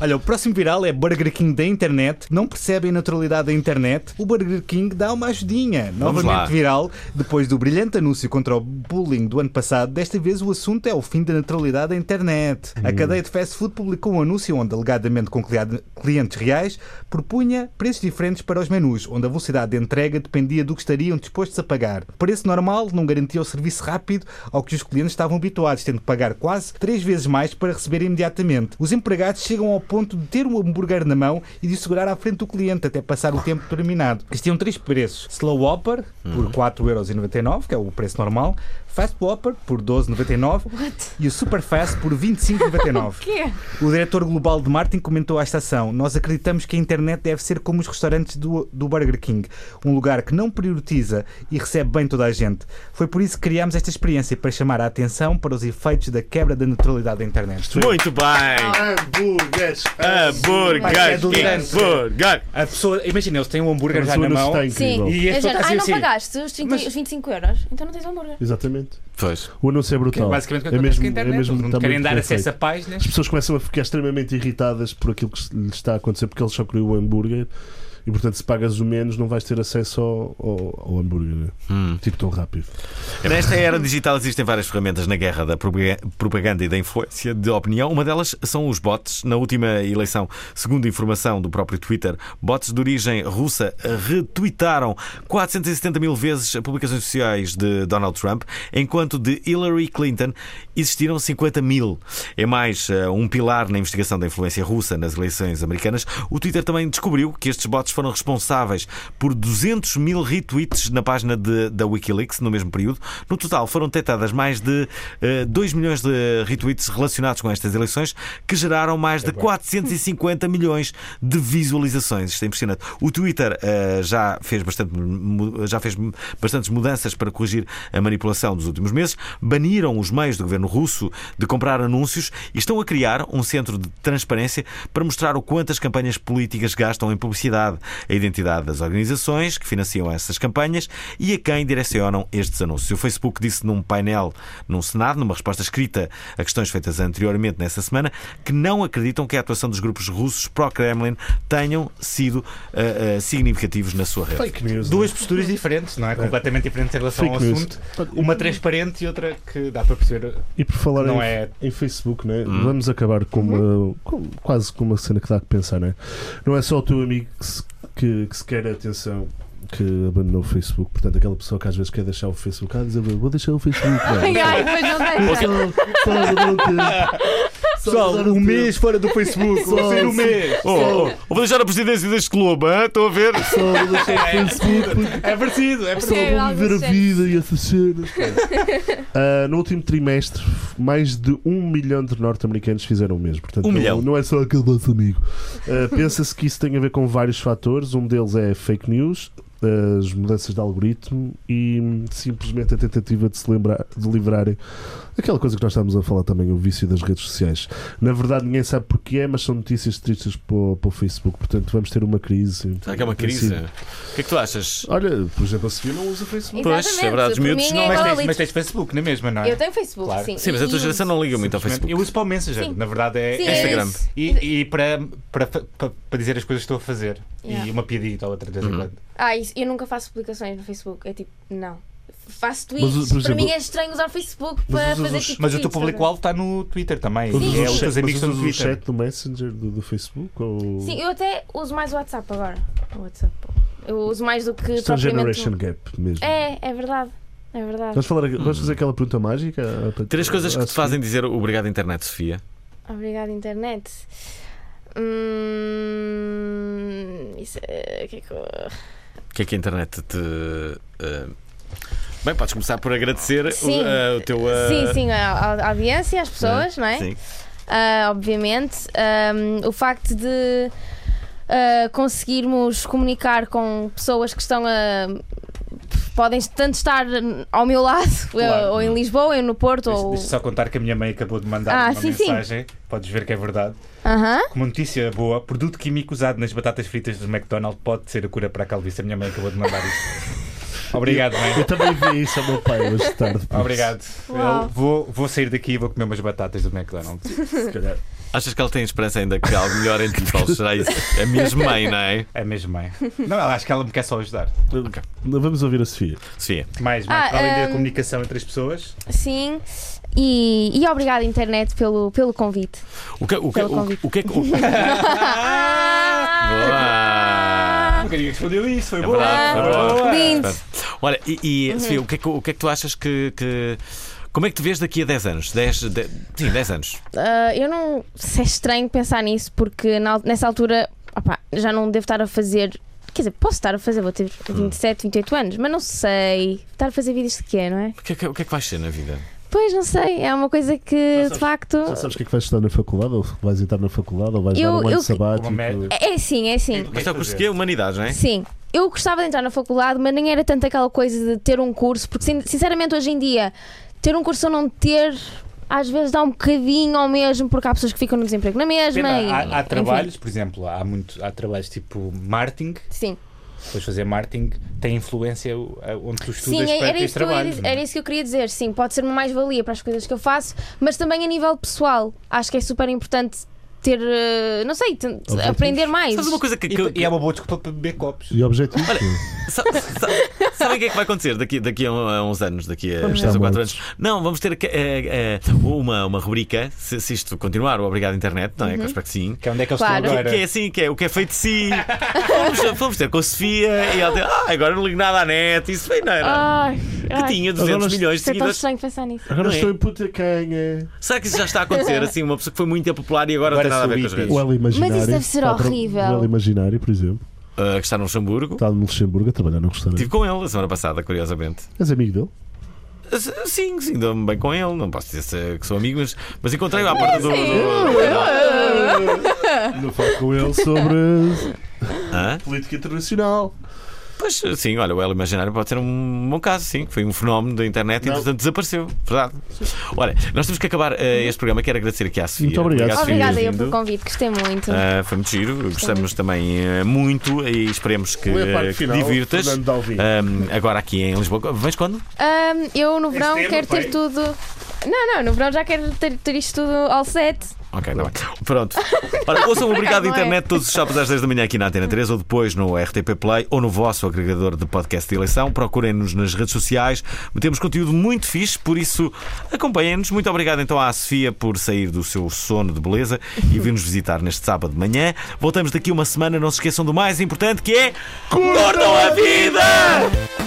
B: Olha, o próximo viral é Burger King da internet. Não percebem a naturalidade da internet? O Burger King dá uma ajudinha.
A: Vamos
B: Novamente
A: lá.
B: viral, depois do brilhante anúncio contra o bullying do ano passado, desta vez o assunto é o fim da naturalidade da internet.
A: Hum.
B: A cadeia de fast food publicou um anúncio onde, alegadamente com cliade- clientes reais, propunha preços diferentes para os menus, onde a velocidade de entrega dependia do que estariam dispostos a pagar. O preço normal não garantia o serviço rápido ao que os clientes estavam habituados, tendo de pagar quase três vezes mais para receber imediatamente. Os empregados chegam ao ponto de ter o hambúrguer na mão e de o segurar à frente do cliente até passar o tempo determinado. Existiam três preços: Slow Whopper por 4,99€, que é o preço normal, Fast Whopper por 12,99€ e o Super Fast por 25,99€.
E: Quê?
B: O diretor global de marketing comentou à estação: Nós acreditamos que a internet deve ser como os restaurantes do, do Burger King, um lugar que não prioritiza e recebe bem toda a gente. Foi por isso que criámos esta experiência para chamar a atenção para os efeitos da quebra da neutralidade da internet.
A: Muito bem!
C: hambúrgueres!
A: Hambúrguer!
B: do lance.
A: Hambúrguer!
B: A pessoa, imagina, eles têm um hambúrguer
C: é Mas
B: já
C: o
B: na
C: anúncio
B: mão.
C: está
E: Sim.
C: incrível.
B: E
E: É
B: este
E: género,
B: está
E: ah, não
B: assim, assim.
E: pagaste os, 30
B: Mas-
E: os 25 euros? Então não tens [LAUGHS] hambúrguer.
C: Exatamente.
A: Pois.
C: O anúncio é brutal.
B: Basicamente,
C: é mesmo, é
B: eles
C: mesmo
B: não
C: está
B: te querem
C: muito
B: dar
C: bem
B: acesso a
C: feito.
B: páginas.
C: As pessoas começam a ficar extremamente irritadas por aquilo que lhes está a acontecer porque eles só queriam o hambúrguer e, portanto, se pagas o menos, não vais ter acesso ao, ao, ao hambúrguer. né?
A: Hum.
C: Tipo tão rápido.
A: Nesta era digital existem várias ferramentas na guerra da propaga- propaganda e da influência de opinião. Uma delas são os bots. Na última eleição, segundo informação do próprio Twitter, bots de origem russa retweetaram 470 mil vezes publicações sociais de Donald Trump, enquanto de Hillary Clinton existiram 50 mil. É mais eh, um pilar na investigação da influência russa nas eleições americanas. O Twitter também descobriu que estes bots foram responsáveis por 200 mil retweets na página de- da Wikileaks no mesmo período. No total, foram detectadas mais de eh, 2 milhões de retweets relacionados com estas eleições, que geraram mais de 450 milhões de visualizações. Isto é impressionante. O Twitter eh, já, fez bastante, mu- já fez bastantes mudanças para corrigir a manipulação dos últimos meses. Baniram os meios do governo russo de comprar anúncios e estão a criar um centro de transparência para mostrar o quanto as campanhas políticas gastam em publicidade, a identidade das organizações que financiam essas campanhas e a quem direcionam estes anúncios. O Facebook disse num painel num Senado, numa resposta escrita a questões feitas anteriormente nessa semana, que não acreditam que a atuação dos grupos russos pró-Kremlin tenham sido ah, ah, significativos na sua rede.
C: Fake news. né?
B: Duas posturas diferentes, não é? Completamente diferentes em relação
C: Fake
B: ao
C: news.
B: assunto. Uma transparente e outra que dá para perceber.
C: E por falar
B: Não
C: em,
B: é-
C: em Facebook, né? vamos acabar com, uma, com- quase com uma cena que dá que pensar, né? não é só o teu amigo que se, que, que se quer atenção que abandonou o Facebook, portanto aquela pessoa que às vezes quer deixar o Facebook, ah, diz, "Eu vou deixar o Facebook. não é?"
E: Ai, ai, depois não
C: Só- só abandonou o tempo.
B: Pessoal, um mês fora do [LAUGHS] Facebook. Vou ser um mês.
A: Oh, oh, vou deixar a presidência deste clube, hã? estão a ver?
B: [LAUGHS] É parecido, é parecido.
C: Só
E: Tem
C: vão
E: alguns
C: viver a
E: gestos.
C: vida e essas cenas. Ah, no último trimestre, mais de um milhão de norte-americanos fizeram o mesmo. Portanto,
A: Um
C: não,
A: milhão.
C: não é só aquele nosso amigo. Ah, Pensa-se que isso tem a ver com vários fatores. Um deles é fake news. ah, As mudanças de algoritmo e hum, simplesmente a tentativa de se lembrar, de livrarem aquela coisa que nós estávamos a falar também, o vício das redes sociais. Na verdade, ninguém sabe porque é, mas são notícias tristes para o, para o Facebook. Portanto, vamos ter uma crise.
A: Será que é uma
C: Tem
A: crise?
C: sido.
A: O que é que tu achas?
C: Olha, por exemplo, a seguir não usa Facebook.
A: Pois,
E: Exatamente.
A: é verdade, os
E: Por
A: miúdos
E: mim
A: não-
E: é
B: Mas
E: igual
B: tens,
E: a
B: mas tens Facebook na mesma, não é?
E: Eu tenho Facebook,
B: Claro.
E: sim.
A: Sim, mas a tua
E: E
A: geração não liga muito ao Facebook.
B: Eu uso para o Messenger,
E: Sim.
B: na verdade é
E: Sim,
B: é
E: é
A: Instagram.
E: isso.
B: E, e para, para, para, para dizer as coisas que estou a fazer.
E: Yeah.
B: E uma piadita ou outra de vez
C: Uhum.
B: em quando.
E: Ah, isso, eu nunca faço publicações no Facebook. É tipo, não. Faço
C: Mas,
E: tweets.
C: por
E: para
C: exemplo,
E: mim é estranho usar o Facebook para
C: mas os-
E: fazer
C: os-
E: tipo
B: Mas o teu
E: tweets,
B: público-alvo está no Twitter também.
C: Todos
E: Sim.
B: E é,
C: os
B: os
C: chat-
B: teus amigos
C: mas
B: estão
C: usas
B: no
C: o
B: Twitter.
C: chat do Messenger do, do Facebook? Ou...
E: Sim, eu até uso mais o WhatsApp agora. O WhatsApp. Eu uso mais do que.
C: Isto é um
E: propriamente-
C: generation gap mesmo.
E: É, é verdade. É verdade.
C: Vamos, falar, vamos fazer aquela pergunta mágica? Ah,
A: Três coisas que
C: ah,
A: te fazem dizer obrigado, internet, Sofia.
E: Obrigada, internet. Hum, isso, é- que é que eu-
A: O que é que a internet te. eh, Bem, podes começar por agradecer o-
E: Sim.
A: eh, o teu. eh,
E: Sim, sim, a, a- a audiência, as pessoas, não é?
A: Sim.
E: Ah, obviamente. Ahm, o facto de ah, conseguirmos comunicar com pessoas que estão a. podem tanto estar ao meu lado, [LAUGHS]
B: Claro.
E: ou em Lisboa, ou no Porto,
B: Deixa-
E: ou.
B: Deixa-me só contar que a minha mãe acabou de mandar
E: Ah,
B: uma
E: sim, sim.
B: mensagem. Podes ver que é verdade.
E: Aham.
B: Com uma notícia boa, produto químico usado nas batatas fritas do McDonald's pode ser a cura para a calvície. A minha mãe acabou de mandar isto.
C: [LAUGHS]
B: Obrigado, mãe.
C: Eu também vi isso ao meu pai hoje de tarde. por isso.
B: Obrigado.
E: Uau.
B: Eu vou, vou sair daqui e vou comer umas batatas do
C: [LAUGHS]
B: McDonald's. Se calhar.
A: Achas que ela tem esperança ainda que algo melhor em ti, Paulo? Será isso? É mesmo mãe, não é?
B: É mesmo mãe. [LAUGHS] Não, ela- acho que ela me quer só ajudar.
C: Vamos ouvir a Sofia.
A: Sofia.
B: Mais, mais.
E: Ah,
B: para além da
E: hum.
B: comunicação entre as pessoas.
E: Sim. E, e obrigada, internet, pelo, pelo convite.
A: O que, o que,
E: Pelo
A: o,
E: convite.
A: o que é que.
E: [LAUGHS]
A: o- Boa!
B: Um bocadinho respondeu isso, foi
A: É
B: boa.
A: verdade, foi
B: Foi
A: boa.
B: boa.
E: Lindo.
A: Olha, e, e,
E: Uhum.
A: Sofia, o que, é que, o que é que tu achas que. que- Como é que te vês daqui a 10 anos? 10, de- sim, 10 anos.
E: Ah, eu não. se é estranho pensar nisso, porque na al- nessa altura opá, já não devo estar a fazer. Quer dizer, posso estar a fazer, vou ter
B: Hum.
E: 27, 28 anos, mas não sei. Estar a fazer vídeos de quê, não é?
A: O que, é que- o que é que vais ser na vida?
E: Pois, não sei. É uma coisa que, de facto.
C: Já sabes o que é que vais estudar na faculdade? Ou vais entrar na faculdade? Ou vais
E: Eu-
C: dar um ano
E: eu-
C: sabático?
B: Uma merda.
E: É, é sim, é sim.
A: Mas está a conseguir humanidades, não é?
E: Sim. Eu gostava de entrar na faculdade, mas nem era tanto aquela coisa de ter um curso, porque sin- sinceramente hoje em dia, ter um curso ou não ter, às vezes dá um bocadinho ao mesmo, porque há pessoas que ficam no desemprego na mesma.
B: Depende,
E: e-
B: há, há
E: enfim.
B: trabalhos, por exemplo, há, muito, há trabalhos tipo marketing,
E: Sim.
B: depois fazer marketing tem influência o- a- onde tu estudas
E: Sim,
B: para
E: era
B: teres
E: isso, que eu ia
B: trabalhos.
E: dizer-
B: não é?
E: era isso que eu queria dizer. Sim, pode ser uma mais-valia para as coisas que eu faço, mas também a nível pessoal. Acho que é super importante ter, eh, não sei, te- aprender mais.
A: Sabes uma coisa que. que-
B: E, e é uma boa desculpa para beber copos.
C: E objetivos?
A: Olha, sa- sa- Sabem o que é que vai acontecer daqui, daqui a, um- a uns anos, daqui a 3
C: Vamos estar
B: um
A: ou 4
C: mortos.
A: anos? Não, vamos ter que- eh, eh, uma, uma rubrica, se, se isto continuar, o Obrigado Internet, não é?
E: Uhum.
A: Que eu espero que sim.
B: Que é onde é que eles
E: Claro.
B: estão
A: Que
B: agora.
A: é assim, que é o que é feito de si. Fomos, fomos ter com a Sofia e ela diz: Ah, agora não ligo nada à net. Isso bem não era.
E: Ai,
A: É que
E: ai,
A: tinha 200
C: Agora-
A: milhões de
E: isso é Ah, tão
A: seguidores.
E: estranho pensar nisso.
C: Agora
A: não é?
C: estou em puta canha.
A: Será que isso já está a
E: [LAUGHS]
A: acontecer? Assim, uma pessoa que foi muito popular e agora, não tem
B: Agora
A: nada a ver
B: sou
A: com as redes.
C: O ela imaginário.
E: Mas isso deve ser
C: Está a tra-
E: horrível.
C: O ela imaginário, por exemplo.
A: Ah, que está no Luxemburgo.
B: Tá.
C: Está no Luxemburgo a trabalhar no restaurante.
A: Estive com ele a semana passada, curiosamente.
C: És amigo
E: [LAUGHS]
C: dele?
A: Ah, s- Sim, sim, dou-me bem com ele. Não posso dizer se- é que sou amigo, mas, mas encontrei-o à porta do. do- do-
C: Não falo com ele sobre
A: Hã?
C: política internacional.
A: Pois sim, olha, o Elo Imaginário pode ser um bom caso, sim, que foi um fenómeno da internet e,
C: Não.
A: portanto, desapareceu. Verdade. Olha, nós temos que acabar eh, este programa. Quero agradecer aqui à Sofia.
C: Muito obrigado, Sim,
E: Obrigada eu
A: vindo.
E: pelo convite, gostei muito.
A: Ah, foi muito giro, gostamos também eh, muito e esperemos que, eh,
C: Foi a parte
A: que
C: final,
A: divirtas.
C: Fernando Dalvin.
A: Ahm, agora aqui em Lisboa. Vens quando?
E: Ahm, eu no verão
B: tema,
E: quero ter
B: pai.
E: tudo. Não, não, no verão já quero ter, ter isto tudo ao set.
A: Ok, tá bem. Pronto. Ora, ouçam o Obrigado
E: [LAUGHS] Não é?
A: Internet todos os sábados às 10 da manhã aqui na Antena 3 ou depois no RTP Play ou no vosso agregador de podcast de eleição. Procurem-nos nas redes sociais. Temos conteúdo muito fixe, por isso acompanhem-nos. Muito obrigado então à Sofia por sair do seu sono de beleza e vir-nos visitar neste sábado de manhã. Voltamos daqui uma semana. Não se esqueçam do mais importante que é. Curtam a vida!